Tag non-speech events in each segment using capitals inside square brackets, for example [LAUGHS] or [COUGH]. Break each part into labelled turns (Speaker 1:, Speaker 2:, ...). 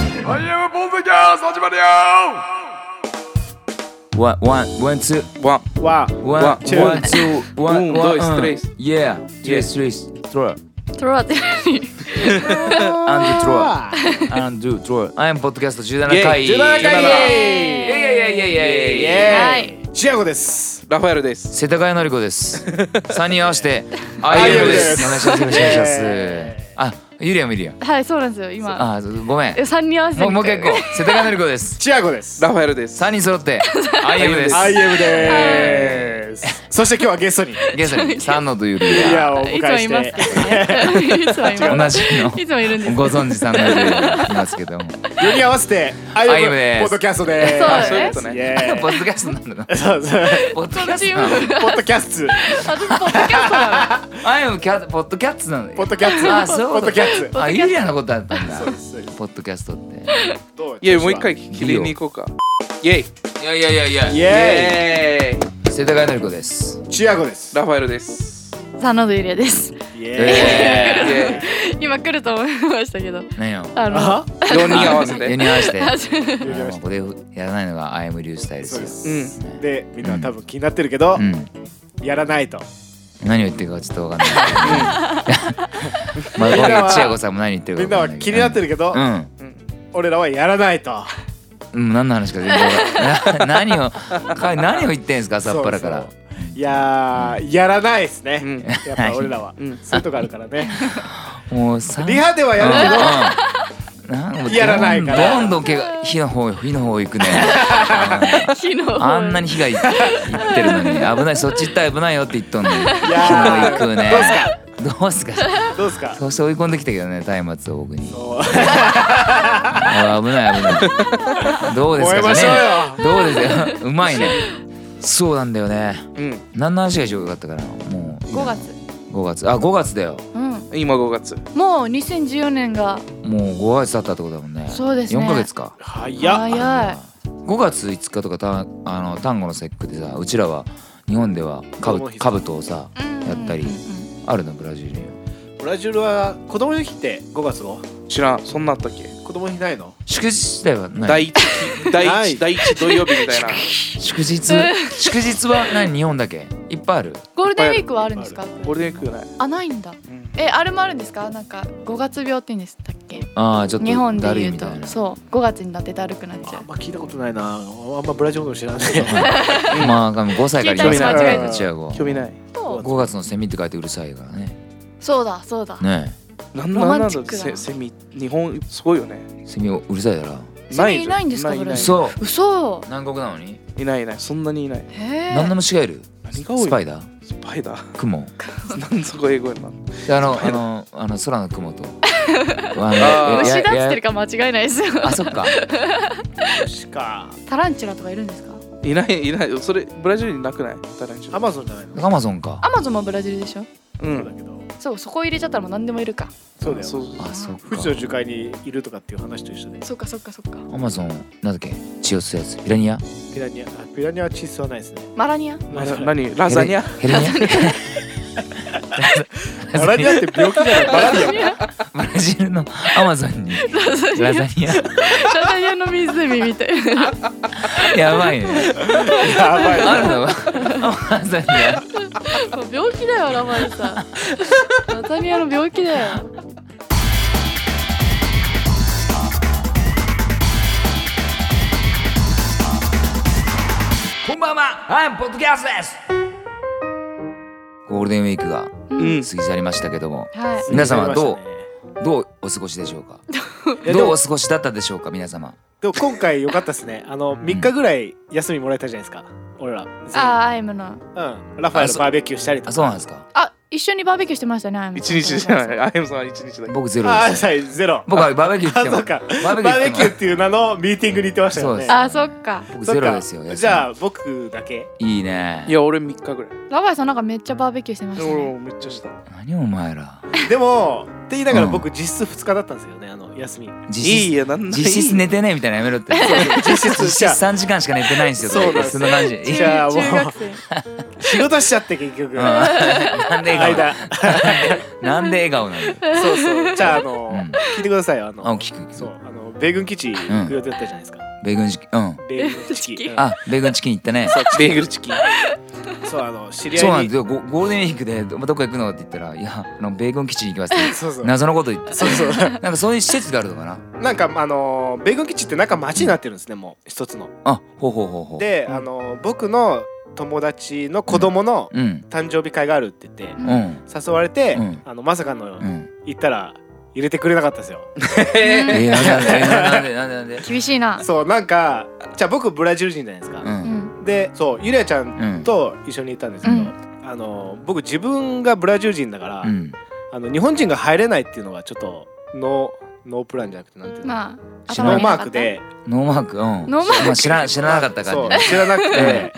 Speaker 1: ムポンセキャース始まるよ
Speaker 2: ワンワンワンツーワン
Speaker 3: わ
Speaker 2: ワンワンツ
Speaker 3: チュ
Speaker 2: ー
Speaker 3: ー
Speaker 2: ワンツーワン
Speaker 4: うん
Speaker 2: ワン
Speaker 4: ドイツトレイス
Speaker 2: イエートレイストレイストロー
Speaker 5: トロワって
Speaker 2: アン
Speaker 5: 何
Speaker 2: ドトローアンドトロ [LAUGHS] ーアイムポッドキャスト17回
Speaker 4: イェイ17回イ
Speaker 2: イエイ
Speaker 5: ェ
Speaker 2: イエイイエイイエイイエイイエイ
Speaker 5: はい
Speaker 3: シアゴです
Speaker 4: ラファエルです。
Speaker 2: 世田谷のりこ [LAUGHS] です。三人合わせて、あゆ
Speaker 4: ゆ
Speaker 2: う
Speaker 4: う
Speaker 2: で。
Speaker 4: です
Speaker 3: す
Speaker 2: お願いします。よろしくお願いします
Speaker 3: え。
Speaker 2: あ、ゆりやもいるよ。
Speaker 5: [LAUGHS] はいそうなんですよ今
Speaker 2: あ、ごめん
Speaker 5: え。三人合わせて
Speaker 2: もう、もう結構、世田谷のりこです。
Speaker 3: チアゴです
Speaker 4: ラファエルです。
Speaker 2: 三人揃って、あゆうです。
Speaker 3: IM でーすそして今日はゲストにい
Speaker 2: ゲストに、三野というリ
Speaker 3: や
Speaker 2: ー
Speaker 3: お
Speaker 5: いつ
Speaker 3: 迎
Speaker 5: も
Speaker 3: え
Speaker 5: い
Speaker 3: し
Speaker 5: ます
Speaker 3: て
Speaker 5: けどねいつもい
Speaker 2: ダー。
Speaker 5: ま
Speaker 2: 同
Speaker 5: す
Speaker 2: じ
Speaker 5: いつもいるん
Speaker 2: の。
Speaker 5: ですけど
Speaker 2: ご存知三野といういますけ [LAUGHS] ども。
Speaker 3: より合わせて
Speaker 2: IM です
Speaker 3: IM ポッドキャストで
Speaker 5: そう
Speaker 4: あ
Speaker 5: だ
Speaker 4: そういう
Speaker 5: ね
Speaker 4: ことね。
Speaker 3: イエーイ
Speaker 2: ポッドキャストなんだな。
Speaker 3: そうそう
Speaker 2: ポッドキ
Speaker 5: そ
Speaker 2: ャ
Speaker 5: のチ
Speaker 2: スト
Speaker 5: ー
Speaker 2: なの。
Speaker 5: ム [LAUGHS]
Speaker 3: ポッドキャスト
Speaker 5: 私ポッドキャストなの
Speaker 2: あゆうキャ、ポッドキャッツなのよ
Speaker 3: ポッ。ドキャスト
Speaker 2: あ、そういう
Speaker 3: ポ
Speaker 2: こ
Speaker 3: ッド
Speaker 2: と
Speaker 3: キャッツ
Speaker 2: あ、ゆりやのことだったんだ。
Speaker 3: そうです
Speaker 2: ポッドキャストって。
Speaker 3: どう
Speaker 4: いや、もう一回きれいに行こうか。イェイ
Speaker 2: いやいやいやいや
Speaker 3: イ
Speaker 4: イ
Speaker 3: エ
Speaker 4: ェイ
Speaker 2: 世田谷のりこです。
Speaker 3: ーイチアゴです
Speaker 4: ラファエルです。
Speaker 5: サノドイリアです
Speaker 3: イ
Speaker 2: え
Speaker 4: イェイ
Speaker 5: 今来ると思いましたけど
Speaker 2: ー、何よ。
Speaker 5: あの
Speaker 3: あ
Speaker 4: 4人合わせ
Speaker 2: [LAUGHS] 4
Speaker 4: て。
Speaker 2: 人合わせて。
Speaker 5: あそう
Speaker 2: あのここでやらないのが I am 流スタイルで
Speaker 3: そうです
Speaker 2: よ。
Speaker 3: す
Speaker 4: う
Speaker 3: でみんな多分気になってるけど
Speaker 2: うん。
Speaker 3: やらないと
Speaker 2: 何を言ってるかちょっとわかんない。まあ、今回千代子さんも何言ってるか
Speaker 3: みんなは気になってるけ
Speaker 2: ど
Speaker 3: ど
Speaker 2: うん。
Speaker 3: 俺らはやらないと
Speaker 2: うん、何の話か全然わかんないな。何 [LAUGHS] を、か何を言ってんすか、朝っぱらから。
Speaker 3: そういやーやらないですね
Speaker 4: ん
Speaker 3: やっぱ俺らは
Speaker 4: うん
Speaker 3: そういうとこあるからね
Speaker 2: もうさ
Speaker 3: リハではやるけど
Speaker 2: うんなんもう
Speaker 3: やらないから
Speaker 2: どんどん毛が火の方火の方行くね
Speaker 5: 火の方
Speaker 2: あんなに火がい行ってるのに危ないそっち行ったら危ないよって言っとんのに火の
Speaker 3: いや
Speaker 2: 方
Speaker 3: ー
Speaker 2: 行くねどうすか
Speaker 3: どうですか
Speaker 2: そうして追い込んできたけどね松明を僕に
Speaker 3: そう
Speaker 2: あ危ない危ないどうです
Speaker 3: 燃
Speaker 2: か
Speaker 3: えましょうよ
Speaker 2: どうですよ [LAUGHS] うまいねそうなんだよね
Speaker 4: うん。
Speaker 2: 何の話がしようかったからもう
Speaker 5: 5月
Speaker 2: 5月あ5月だよ
Speaker 5: うん
Speaker 4: 今5月。
Speaker 5: もう2014年が
Speaker 2: もう5月経ったってことだもんね
Speaker 5: そうですね
Speaker 2: 4ヶ月か
Speaker 3: 早っ
Speaker 5: 早い
Speaker 2: 5月5日とかたあの単語の節句でさうちらは日本ではか
Speaker 3: 子供の
Speaker 2: ぶ
Speaker 3: 日
Speaker 2: かぶとをさ
Speaker 5: うん
Speaker 2: やったり
Speaker 5: うん
Speaker 2: あるのブラジルに
Speaker 3: ブラジルは子供の日って5月の
Speaker 4: 知らん、そんなんあったっけ
Speaker 3: 子供の日ないの
Speaker 2: 祝日自体は何
Speaker 4: 第一、第一、第一土曜日みたいな。
Speaker 2: 祝
Speaker 5: [LAUGHS]
Speaker 2: 日祝日は何日本だけいっぱいある
Speaker 5: ゴールデンウィークはあるんですか
Speaker 4: ゴールデンウィークない。
Speaker 5: あないんだ
Speaker 4: うん
Speaker 5: えあれもあるんですかなんか5月病って言うんでしたっけ
Speaker 2: ああちょっ
Speaker 5: 日本
Speaker 2: と
Speaker 5: で
Speaker 2: だるい
Speaker 5: 言う
Speaker 2: み
Speaker 5: と
Speaker 2: たいな
Speaker 5: そう5月になってだるくなっちゃ
Speaker 3: あ
Speaker 5: うん
Speaker 3: ま聞いたことないなあんまブラジルのこと知らない
Speaker 2: まあ5歳からいますから
Speaker 3: 聞いた人間違え
Speaker 2: ね
Speaker 3: た
Speaker 2: チアゴ
Speaker 4: 興味ない。
Speaker 5: そう
Speaker 2: 5月のセミって書いてうるさいからね
Speaker 5: そうだそうだ
Speaker 2: ね
Speaker 4: なんなんな
Speaker 5: ロマ
Speaker 4: ん
Speaker 5: ンチッ
Speaker 4: だ
Speaker 5: クだ
Speaker 4: セセミ、日本、すごいよね。
Speaker 2: えセミうるさいだろ
Speaker 5: セミ
Speaker 4: じゃ
Speaker 5: いないんですか
Speaker 4: い
Speaker 5: ブ
Speaker 4: な
Speaker 5: ラ
Speaker 4: い
Speaker 5: ジ
Speaker 4: い
Speaker 2: 嘘
Speaker 5: 嘘
Speaker 2: 南国なのに
Speaker 4: ないいない、そんなにいない。
Speaker 5: へえ
Speaker 2: 何でも違える
Speaker 4: 何が多い
Speaker 2: スパイダー
Speaker 4: スパイだ。 [LAUGHS]
Speaker 2: 雲
Speaker 4: なんでそこ英語になる
Speaker 2: であのあのあの空の雲
Speaker 5: [LAUGHS]
Speaker 2: とあ
Speaker 4: あー
Speaker 5: 虫だっつってる
Speaker 2: か
Speaker 5: から間違いないですよ
Speaker 2: あそっか
Speaker 3: しか
Speaker 5: [LAUGHS] タランチュラとかいるんですか
Speaker 4: いない、いない。それ、ブラジルになくないタランチュラ
Speaker 3: アマゾンじゃないの
Speaker 2: アマゾンか
Speaker 5: アマゾンもブラジルでしょ
Speaker 4: う
Speaker 3: そうだ
Speaker 4: ん。
Speaker 3: けど
Speaker 5: そうそこ入れちゃったらもう何でもいるか
Speaker 3: そうだよ
Speaker 4: う
Speaker 2: あそっ
Speaker 3: 富士の
Speaker 2: か
Speaker 3: 樹海にいるとかっていう話と一緒で
Speaker 5: そっかそっかそっか
Speaker 2: アマゾンなんだっけ血を吸うやつピラニア
Speaker 3: ピラニアあピラニアは窒素はないですね
Speaker 5: マラニア
Speaker 4: な
Speaker 3: [LAUGHS]
Speaker 4: 何ラザニア
Speaker 2: ヘルニア
Speaker 3: バラニアって病気じゃないバラニア
Speaker 5: ラニア
Speaker 3: [LAUGHS]
Speaker 2: ブラジルのアマゾンにラザニア
Speaker 5: ラザニアの湖みたいな
Speaker 2: やばいね
Speaker 3: やばい
Speaker 2: あるのアマゾンにある
Speaker 5: [LAUGHS] もう病気だよラマリさんラザニアの病気だよ
Speaker 2: こんばんはアイムポッドキャストですゴールデンウィークが
Speaker 5: う
Speaker 4: うん。
Speaker 2: 過ぎ去りましたけども
Speaker 5: はい
Speaker 2: 皆様どう
Speaker 3: 過ぎ去りましたね
Speaker 2: どうお過ごしでしょうか
Speaker 3: いやで
Speaker 2: どう
Speaker 3: も
Speaker 2: お過ごしだったでしょうか皆様
Speaker 3: でも今回良かったですねあの3日ぐらい休みもらえたじゃないですか俺ら
Speaker 5: あ
Speaker 3: 全
Speaker 5: あアイムの
Speaker 3: 員うんラファエルバーベキューしたり
Speaker 2: あ
Speaker 3: とか
Speaker 2: そうなんですか
Speaker 5: あ一緒にバーベキューしてましたねアイム
Speaker 4: 一日じゃない。あやむさんは一日だけ。
Speaker 2: 僕ゼロ
Speaker 3: あ
Speaker 2: で
Speaker 3: あ
Speaker 2: す
Speaker 3: はいゼロ
Speaker 2: 僕はバーベキュー行
Speaker 3: あ
Speaker 2: っても
Speaker 3: そうか
Speaker 2: バーベキュー
Speaker 3: バー
Speaker 2: 行
Speaker 3: ベ
Speaker 2: っ
Speaker 3: キュ
Speaker 2: て
Speaker 3: ーっていう名のミーティングに行ってましたよ
Speaker 2: そうで
Speaker 3: ね
Speaker 2: す
Speaker 5: あそっか
Speaker 2: も僕
Speaker 3: そっ
Speaker 2: ゼ
Speaker 3: か
Speaker 2: ロですよ
Speaker 3: じゃあ僕だけ
Speaker 2: いいね
Speaker 4: いや、俺3日ぐらい。
Speaker 5: ラバイさんなんかめっちゃバーベキューしてまし
Speaker 4: で
Speaker 5: た
Speaker 4: も
Speaker 5: ね
Speaker 4: 俺もめっちゃした。
Speaker 2: 何お前ら [LAUGHS]
Speaker 3: でもって言いながら
Speaker 2: うん
Speaker 3: 僕実質2日だったんですよねあの休み
Speaker 2: 実質
Speaker 4: いいや、なん
Speaker 2: 実質
Speaker 4: ね。
Speaker 2: 寝てねえみたいなのやめろ
Speaker 3: [LAUGHS]
Speaker 2: って
Speaker 3: 実質
Speaker 2: 実
Speaker 3: じゃ
Speaker 2: 質3時間しか寝てないんですよ
Speaker 3: そうなんです
Speaker 2: そんな感じいい
Speaker 3: じゃあもう
Speaker 5: 中学生
Speaker 3: 仕事しちゃって結局
Speaker 2: うんなん [LAUGHS] で笑顔
Speaker 3: 間
Speaker 2: なんで笑顔なの
Speaker 3: [LAUGHS] そうそうじゃああの
Speaker 2: うん
Speaker 3: 聞いてくださいよあ
Speaker 2: あ
Speaker 3: の
Speaker 2: 聞く
Speaker 3: そうあの米軍基地行く予定だったじゃないですか、
Speaker 2: 米軍チキンうん
Speaker 3: 米軍基
Speaker 5: 基地
Speaker 3: 地、うん
Speaker 2: あ米軍チキン行ったね
Speaker 4: そうベーグルチキン
Speaker 3: そうあの知り
Speaker 2: そうな
Speaker 3: 合
Speaker 2: ん
Speaker 3: い
Speaker 2: です
Speaker 3: に
Speaker 2: よゴゴールデンウィークでどどこ行くのって言ったら「いやあの米軍基地に行きます」
Speaker 3: そうそう
Speaker 2: 謎のこと言って
Speaker 3: そうそう
Speaker 2: なんかそういう施設があるのかな
Speaker 3: なんかあの米軍基地ってなんか町になってるんですねもう一つの
Speaker 2: あほうほうほうほう
Speaker 3: で、
Speaker 4: うん
Speaker 3: あの僕の友達の子供の
Speaker 2: うん
Speaker 3: 誕生日会があるって言って
Speaker 2: うん
Speaker 3: 誘われて、
Speaker 2: うん
Speaker 3: あのまさかの
Speaker 2: うん
Speaker 3: 行ったら入れてくれなかったんですよ、
Speaker 2: えー、なん
Speaker 3: [LAUGHS]
Speaker 2: でなんでなんでなんでなんで
Speaker 5: 厳しいな。
Speaker 3: そうなんかじゃあ僕ブラジル人じゃないです
Speaker 2: う
Speaker 3: か、
Speaker 2: ん
Speaker 5: ん。
Speaker 3: でそうゆりあちゃん
Speaker 2: うん
Speaker 3: と一緒に行ったんですけど、
Speaker 5: うん
Speaker 3: あの僕自分がブラジル人だから、
Speaker 2: うん
Speaker 3: あの日本人が入れないっていうのがちょっとノーノープランじゃなくてなんていうの、
Speaker 5: まあ、
Speaker 2: シ
Speaker 5: 頭
Speaker 3: ノ
Speaker 5: が
Speaker 3: ー
Speaker 5: 良か
Speaker 3: マ
Speaker 5: っ
Speaker 3: ー
Speaker 5: た
Speaker 3: ク。で
Speaker 2: ノーマークうん
Speaker 5: ノーマーク
Speaker 2: まあ知ら知らなかった感
Speaker 3: そう
Speaker 2: じ
Speaker 3: 知らなくて
Speaker 2: ね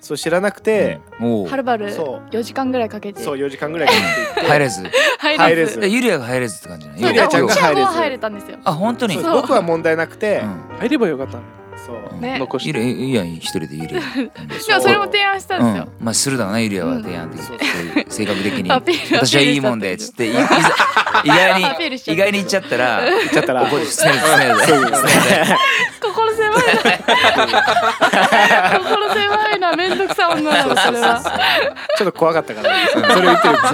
Speaker 3: そう知らなくて、
Speaker 2: うんおお
Speaker 5: はるばる
Speaker 3: そう
Speaker 5: 4時間ぐらいかけて。
Speaker 3: そう4時間ぐらいかけて行って
Speaker 2: 入れず
Speaker 5: [LAUGHS] 入れず。
Speaker 2: え
Speaker 3: 入
Speaker 2: ユリアが入れずって感じ
Speaker 5: そう
Speaker 2: ね
Speaker 3: ゆり
Speaker 5: だ
Speaker 3: あ
Speaker 5: から
Speaker 3: ちゃん
Speaker 5: こ
Speaker 3: が
Speaker 5: っちは
Speaker 3: 入れ
Speaker 5: もう
Speaker 3: ず
Speaker 5: 入れたんですよ。
Speaker 2: あ本当に
Speaker 3: そう
Speaker 5: そう
Speaker 3: 僕は問題なくて、
Speaker 2: うん
Speaker 4: 入ればよかったの
Speaker 3: そう、
Speaker 2: うん
Speaker 5: ね
Speaker 4: 残
Speaker 2: い
Speaker 4: して
Speaker 2: るいいやん一人でい
Speaker 5: [LAUGHS]
Speaker 2: る。
Speaker 5: でもそれも提案したんですよ。
Speaker 2: うん、まあするだろうなユリアは提案的、
Speaker 3: うん
Speaker 2: そういう性格的に
Speaker 5: アピールアピールしちゃ
Speaker 2: 私は
Speaker 5: った
Speaker 2: いいもんでっつって
Speaker 5: [LAUGHS]
Speaker 2: いいざ意外
Speaker 5: アピールしちゃ
Speaker 2: に意
Speaker 5: った
Speaker 2: 外に言っちゃったら
Speaker 3: 行っちゃったら
Speaker 2: 怒るすねるすねる
Speaker 3: そうですね
Speaker 5: 心狭いな。心狭いな。めんどくさい女なの、それは。
Speaker 3: ちょっと怖かったから
Speaker 2: それ言ってるさあ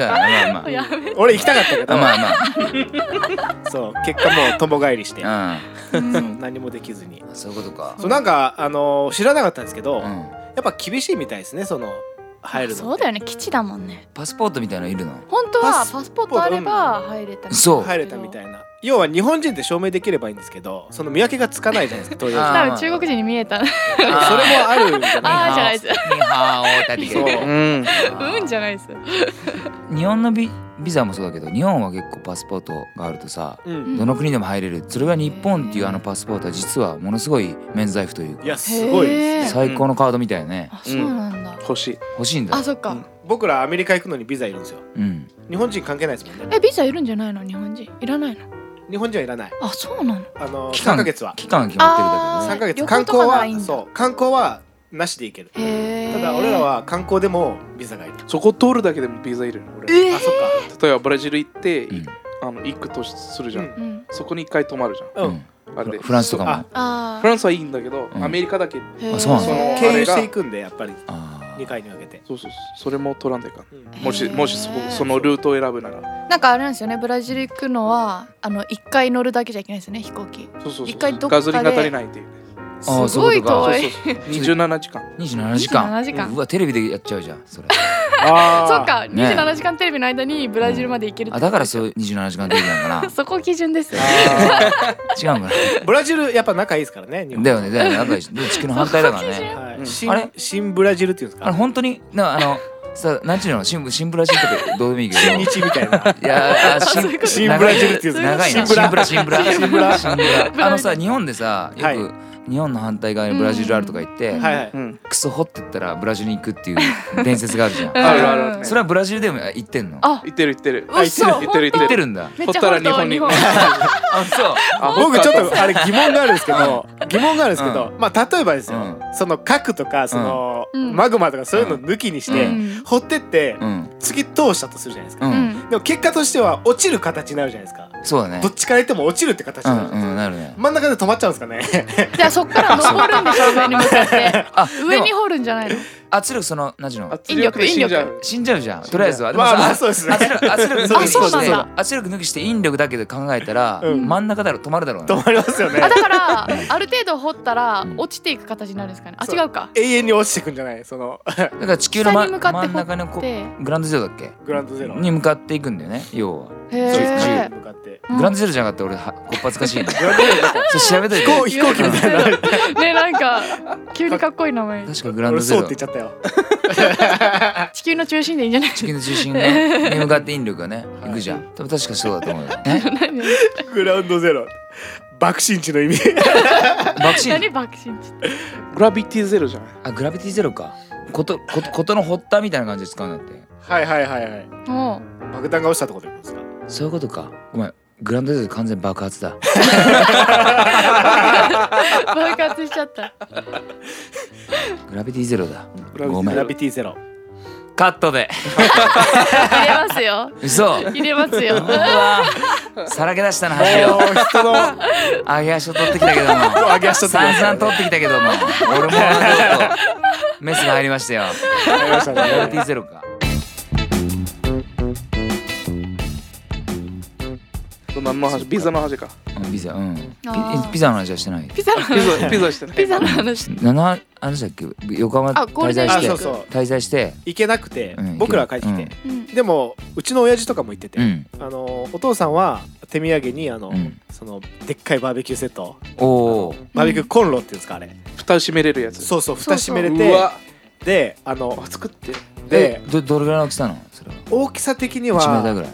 Speaker 2: まあま
Speaker 5: やめ
Speaker 3: 俺行きたかったけ
Speaker 2: あ
Speaker 3: ど、
Speaker 2: まあま
Speaker 3: そう結果もう友帰りして
Speaker 2: あ、
Speaker 3: そう何もできずに
Speaker 2: うん、そういうことか
Speaker 3: そうなんかあのー知らなかったんですけど、
Speaker 2: う
Speaker 3: や
Speaker 2: ん、
Speaker 3: っぱ厳しいみたいですねその入るの
Speaker 5: そうだよね基地だもんね
Speaker 2: パスポートみたいなのいるの
Speaker 5: 本当は
Speaker 3: パス
Speaker 5: パスポートあれば入れたみたい
Speaker 2: そう
Speaker 3: 入れたみたいな要は日本人って証明できればいいんですけどその見分けがつかないじゃないですか東洋人
Speaker 2: あ
Speaker 5: 多分中国人に見えた
Speaker 2: それ
Speaker 3: それもあるんじゃない
Speaker 5: あーじゃないです
Speaker 2: ニハオだって
Speaker 3: そう
Speaker 4: うん
Speaker 5: うんじゃないですよ
Speaker 2: 日本のビビザもそうだけど日本は結構パスポートがあるとさ
Speaker 3: うん
Speaker 2: どの国でも入れるそれが日本っていうあのパスポートは実はものすごい免罪符というか
Speaker 3: いやすごいですね
Speaker 5: へ
Speaker 2: 最高のカードみたいなね
Speaker 5: あそうなんだ
Speaker 4: 欲しい
Speaker 2: 欲しいんだ
Speaker 5: あそっか
Speaker 3: 僕らアメリカ行くのにビザいるんですよ
Speaker 2: うん
Speaker 3: 日本人関係ないですもんね
Speaker 5: えビザいるんじゃないの日本人いらないの
Speaker 3: 日本人はいらない
Speaker 5: あそうなの
Speaker 3: あの
Speaker 2: 期
Speaker 3: ー
Speaker 2: 間
Speaker 3: 3ヶ月は
Speaker 2: 期間が決まってるだ
Speaker 5: あ
Speaker 3: 3ヶ月
Speaker 5: 旅行とか
Speaker 3: 観光
Speaker 5: ないん
Speaker 3: は
Speaker 5: だ
Speaker 3: そう観光はなしで行ける
Speaker 5: へえ
Speaker 3: ただ俺らは観光でもビザがいる
Speaker 4: そこ通るだけでもビザいるの俺
Speaker 5: えー
Speaker 3: あそっ
Speaker 4: 例えばブラジル行って
Speaker 2: けで
Speaker 4: あの行くとするじゃん
Speaker 3: う
Speaker 5: うん
Speaker 4: そこに一回泊まるじゃ
Speaker 3: かう
Speaker 2: う
Speaker 3: ん、
Speaker 2: ん
Speaker 4: んあれで
Speaker 2: フランスとかも
Speaker 3: あ
Speaker 5: あ
Speaker 4: フランスはいいんだけど
Speaker 2: うん
Speaker 4: アメリカだけ
Speaker 5: ン
Speaker 2: あそうなの
Speaker 4: へー
Speaker 3: 経由していくんでやっぱり
Speaker 2: あ
Speaker 3: 2
Speaker 2: ー
Speaker 3: 回に分けて、
Speaker 4: そうそうそうそれも取らんでいかん
Speaker 5: [LAUGHS]
Speaker 3: うん
Speaker 4: もし
Speaker 5: へー
Speaker 4: もしそこそのルートを選ぶなら
Speaker 5: なんかあれなんですよねブラジル行くのはあの一回乗るだけじゃいけないですよね飛行機
Speaker 4: そうそうそう
Speaker 5: 一回どっか
Speaker 4: ガ
Speaker 5: で
Speaker 4: ソリンが足りないっていうね
Speaker 2: あー
Speaker 5: すごい
Speaker 2: そう
Speaker 5: 遠
Speaker 4: そう
Speaker 5: い
Speaker 4: そうそう27時間
Speaker 2: 27時間
Speaker 5: 27時間
Speaker 2: うわテレビでやっちゃうじゃんそれ
Speaker 3: あ
Speaker 5: そっか
Speaker 2: ね
Speaker 5: 27時間テレビの間にブラジルまで行けるっ
Speaker 2: あ
Speaker 5: てこと
Speaker 2: だから
Speaker 5: [LAUGHS]
Speaker 2: そう27時間テレビなのかな
Speaker 5: そこ基準ですよね
Speaker 2: 違うんか
Speaker 3: ブラジルやっぱ仲いいですからね
Speaker 2: な
Speaker 3: 日本
Speaker 2: だよねだよねなんかでも地球の反対だ
Speaker 5: [LAUGHS]
Speaker 2: から
Speaker 5: そこ基
Speaker 2: ね
Speaker 5: 準
Speaker 3: は
Speaker 4: う
Speaker 3: い、
Speaker 4: ん
Speaker 3: 新
Speaker 2: あれ
Speaker 3: 新ブラジルっていうんです
Speaker 2: あの
Speaker 3: か
Speaker 2: 本当になあのさなんちゅうの新新ブラジルとかどうでもいいけど
Speaker 3: 新日みたいな
Speaker 2: いやーあ
Speaker 5: [LAUGHS] そういうこと
Speaker 3: 新ブラジルっていう
Speaker 2: 長いな
Speaker 3: 新ブラ
Speaker 2: 新ブラ新ブラ
Speaker 3: 新ブラ
Speaker 2: 新ブラ
Speaker 5: ブラ
Speaker 2: あのさ日本でさよ
Speaker 3: はい
Speaker 2: く日本の反対側にブラジルあるとか言って、
Speaker 5: うん
Speaker 3: はいはい
Speaker 4: うん
Speaker 2: クソ掘ってったらブラジルに行くって
Speaker 5: [LAUGHS]
Speaker 2: いう伝説があるじゃん
Speaker 5: うん
Speaker 4: あるあるある
Speaker 2: それはブラジルでも行ってんの
Speaker 5: あ
Speaker 4: 行ってる行ってる
Speaker 5: 嘘
Speaker 4: 行ってる行っ
Speaker 2: 行ってて
Speaker 4: る
Speaker 2: るんだ
Speaker 5: めっ
Speaker 4: ほっ
Speaker 5: ちゃ
Speaker 4: たら
Speaker 5: 本
Speaker 4: 日
Speaker 5: 当
Speaker 4: 本に
Speaker 5: 日本
Speaker 2: あそう
Speaker 4: [LAUGHS] あ
Speaker 3: 僕ちょっ
Speaker 4: 本
Speaker 3: とあれ疑問があるんですけど疑問があるんですけど、まあ例えばですよ、
Speaker 2: う
Speaker 3: その核とかその、
Speaker 5: うん
Speaker 3: マグマとかそういうの抜きにして、
Speaker 5: うん
Speaker 3: 掘ってって、
Speaker 2: うん
Speaker 3: 突き通したとするじゃないですか、
Speaker 2: う
Speaker 5: うんん
Speaker 3: でも結果としては落ちる形になるじゃないですか、
Speaker 2: そうだね
Speaker 3: どっちから行っても落ちるって形
Speaker 2: う
Speaker 3: に
Speaker 2: ん
Speaker 3: なる、
Speaker 2: うんなるね
Speaker 3: 真ん中で止まっちゃうんですかね
Speaker 5: じゃあそっから登るんでしょ上に向
Speaker 2: [LAUGHS]
Speaker 5: かって
Speaker 2: あ
Speaker 5: 上に
Speaker 2: でも
Speaker 5: 掘るんじゃないの
Speaker 2: 圧力その何ちゅうの
Speaker 4: 圧力で死んじゃう
Speaker 2: 死んじゃうじゃんとりあえずはでも
Speaker 3: まあ
Speaker 2: その
Speaker 3: まあそうですね
Speaker 2: 圧
Speaker 5: [LAUGHS]
Speaker 2: 力圧力抜き
Speaker 5: あそう
Speaker 2: し
Speaker 5: なん
Speaker 2: て
Speaker 5: だ
Speaker 2: 圧力抜きして引力だけで考えたら
Speaker 3: うん
Speaker 2: 真ん中だろ止まるだろうね
Speaker 3: 止まりますよね
Speaker 5: あだからある程度掘ったら落ちていく形になるんですかねあ
Speaker 3: そう
Speaker 5: 違うか
Speaker 3: 永遠に落ちてくんじゃないその
Speaker 2: だから地球の
Speaker 5: 下
Speaker 2: ま
Speaker 5: に向かって
Speaker 2: 真ん
Speaker 5: 掘
Speaker 2: 中のこ
Speaker 5: っ
Speaker 2: う
Speaker 5: て
Speaker 2: グランドゼロだっけ
Speaker 3: グランドゼロ
Speaker 2: に向かっていくんだよね要は
Speaker 5: へ
Speaker 3: 宇宙
Speaker 5: え
Speaker 3: に向かって
Speaker 5: うん
Speaker 2: グランドゼロじゃなかったら俺はこっぱずかしいな
Speaker 3: [LAUGHS] グランドゼロだと
Speaker 2: それ調べといて
Speaker 3: 飛行飛行機みたいな
Speaker 5: [LAUGHS] ねなんか急にかっこいい名前
Speaker 2: 確かグランド
Speaker 3: 俺
Speaker 2: ゼ
Speaker 3: そう
Speaker 2: ロ
Speaker 3: って言っちゃったよ
Speaker 5: 地球の中心でいいんじゃない
Speaker 2: 地球の中心
Speaker 5: [LAUGHS]
Speaker 2: ねに向かって引力がね
Speaker 3: はい
Speaker 2: 行くじゃん多分確かそうだと思うよえ
Speaker 3: グランドゼロ爆心地の意味
Speaker 2: 爆心
Speaker 5: 何爆心地って
Speaker 4: グラビティゼロじゃない
Speaker 2: あグラビティゼロかことことことの発端みたいな感じで使うんだって
Speaker 3: はいはいはいはい
Speaker 5: も
Speaker 3: 爆弾が落ちたところでですか
Speaker 2: そういうことかごめんグランドゼロ完全爆発だ
Speaker 5: う爆発しちゃった
Speaker 2: グラビティゼロだ
Speaker 3: グラビ
Speaker 2: ごめん
Speaker 3: ティゼロ
Speaker 2: カットで
Speaker 5: 入れますよ
Speaker 2: 嘘
Speaker 5: 入れますよ
Speaker 2: [LAUGHS] うわさらけ出したな箸
Speaker 3: も
Speaker 2: を
Speaker 3: う人の
Speaker 2: 揚げ足を取ってきたけども
Speaker 3: 上げ足取ってきま
Speaker 2: 散
Speaker 3: した
Speaker 2: 々取ってきたけども俺もちょっとメスが入りましたよ
Speaker 3: ありましたね
Speaker 2: ロティゼロか
Speaker 4: 何の話ピザの話か
Speaker 2: うんビザうんピ
Speaker 5: あー
Speaker 2: ピザの話はしてない
Speaker 5: ピザの
Speaker 4: ピ
Speaker 5: 話
Speaker 4: ザピザしてね
Speaker 5: ピザの話
Speaker 2: 何の話だっけ横浜
Speaker 5: あゴ
Speaker 2: 滞
Speaker 5: ールデン
Speaker 2: 在
Speaker 5: ウ
Speaker 2: し
Speaker 5: ィー
Speaker 2: て
Speaker 5: ク
Speaker 3: あそうそ
Speaker 2: 滞在して
Speaker 3: 行けなくて、
Speaker 2: うん
Speaker 3: 僕らは帰ってきて、
Speaker 5: うん
Speaker 3: でもうちの親父とかも行ってて、
Speaker 2: うん
Speaker 3: あのお父さんは手土産にあの、
Speaker 2: うん
Speaker 3: そのでっかいバーベキューセット
Speaker 2: おお
Speaker 3: バーベキューコンロっていうんですかあれ、
Speaker 4: 蓋閉めれるやつ
Speaker 3: そうそう蓋閉めれ
Speaker 4: う
Speaker 3: て
Speaker 4: わ
Speaker 3: であの
Speaker 4: あ作って
Speaker 3: で
Speaker 2: どどれぐらいの大きさなのそれは
Speaker 3: 大きさ的に
Speaker 2: 1メーターぐ
Speaker 3: は
Speaker 2: らい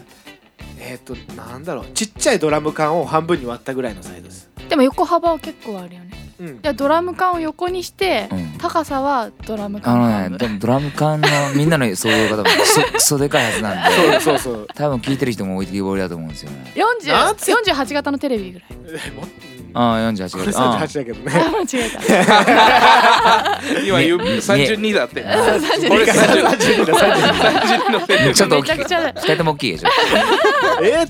Speaker 3: えっ、となんだろうちっちゃいドラム缶を半分に割ったぐらいのサイズです
Speaker 5: でも横幅は結構あるよね
Speaker 3: うん
Speaker 5: いやドラム缶を横にして、
Speaker 2: うん
Speaker 5: 高さはドラム
Speaker 2: あ
Speaker 5: 缶
Speaker 2: のねでもドラム缶のみんなの想像が多分クソクソでかいはずなんで
Speaker 3: [LAUGHS] そうそう
Speaker 2: [LAUGHS]
Speaker 3: そう
Speaker 2: 多分聞いてる人も置いてきぼりだと思うんですよね
Speaker 3: なんつ
Speaker 5: 40 48型のテレビぐらい
Speaker 3: えもうん
Speaker 2: ああ48
Speaker 3: こ
Speaker 2: ぐ
Speaker 3: れ
Speaker 2: らい
Speaker 3: 38だけどね
Speaker 5: あ間違えた
Speaker 4: 今
Speaker 2: ね
Speaker 4: 言う
Speaker 2: ね
Speaker 4: 32だって
Speaker 5: 32
Speaker 4: 俺30
Speaker 3: 32だ32
Speaker 4: 32の
Speaker 2: うんちょっと大き
Speaker 5: めちゃくちゃ
Speaker 2: 2人とも大きいで
Speaker 3: [LAUGHS]
Speaker 2: しょ
Speaker 3: え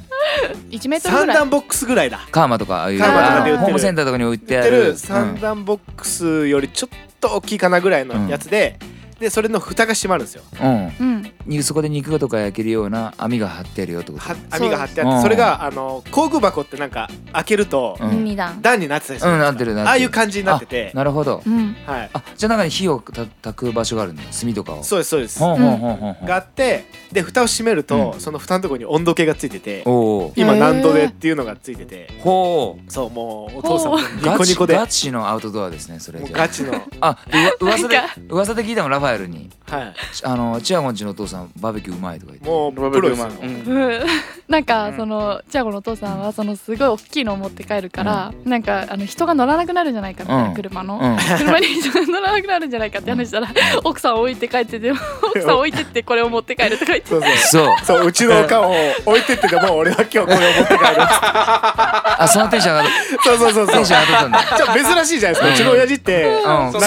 Speaker 5: 1メートルぐ
Speaker 3: 三
Speaker 5: らい
Speaker 3: 段ボックスぐらいだ
Speaker 2: カーマとかああいう
Speaker 3: カ
Speaker 5: ーマとかで売ってる
Speaker 2: あのホームセンターとかに売って
Speaker 3: 売っ
Speaker 2: あ
Speaker 3: て
Speaker 2: る
Speaker 3: る三段ボックスよりちょっと大きいかなぐらいのやつで、でそれの蓋が閉まるんですよ
Speaker 2: うんうん
Speaker 5: うん
Speaker 2: にそこで肉とか焼けるような網が張ってあるよってこと
Speaker 3: は網が張ってあ
Speaker 2: そう
Speaker 3: っ
Speaker 2: うん
Speaker 3: てそれがあの工具箱ってなんか開けると
Speaker 2: うん
Speaker 5: 2段
Speaker 3: 段になってたりする
Speaker 2: う
Speaker 3: じゃいですか
Speaker 2: んなってるなってる
Speaker 3: ああいう感じになってて
Speaker 2: なるほど
Speaker 5: うん
Speaker 3: はい
Speaker 2: あじゃあ中に火をた焚く場所があるんだ炭とかを
Speaker 3: そうですそうです
Speaker 2: ほんほんほんほんほん
Speaker 3: があってで蓋を閉めると、
Speaker 2: う
Speaker 3: その蓋のところに温度計がついてて
Speaker 2: おお
Speaker 3: 今
Speaker 5: へー
Speaker 3: 何度でっていうのがついてて
Speaker 2: ほう
Speaker 3: そうもうお父さん
Speaker 5: ほう
Speaker 3: ニコニコで
Speaker 2: ガ
Speaker 3: も
Speaker 2: チのアウトドアですねそれ
Speaker 3: う
Speaker 2: じゃ
Speaker 3: ガチのはい
Speaker 2: ああう
Speaker 3: [LAUGHS]
Speaker 2: わ噂で
Speaker 5: なん
Speaker 2: 噂で聞いたもんラファエルにあのチアゴンちのお父さんバーベキューうまいとか言って
Speaker 3: もう
Speaker 4: バー
Speaker 3: プ
Speaker 4: ベキ
Speaker 3: ロ
Speaker 4: ュ
Speaker 3: で
Speaker 4: ー
Speaker 3: す
Speaker 4: マ
Speaker 3: よ
Speaker 4: ンうん
Speaker 5: うんなん
Speaker 4: う
Speaker 5: か
Speaker 4: ん
Speaker 5: そのチアゴのお父さんはそのすごい大きいのを持って帰るからなんかあの人が乗らなくなるんじゃないかみたい
Speaker 2: うん
Speaker 5: な車の
Speaker 2: うん
Speaker 5: 車に人が乗らなくなるんじゃないかって話したら奥さん置いて帰ってて奥さん置いてってこれを持って帰るとか言って
Speaker 3: そうそう
Speaker 2: そう
Speaker 3: そううちのおかんを置いてってでもう俺は今日これを持って帰る
Speaker 2: あそのテンション上がる
Speaker 3: [LAUGHS] そうそうそう
Speaker 2: テ
Speaker 3: そう
Speaker 2: ンシ
Speaker 3: じ
Speaker 2: ョ
Speaker 3: ゃ
Speaker 2: ン上がってたんだ
Speaker 3: あ珍しいじゃないですかうちの親父って
Speaker 2: うん
Speaker 3: なかなか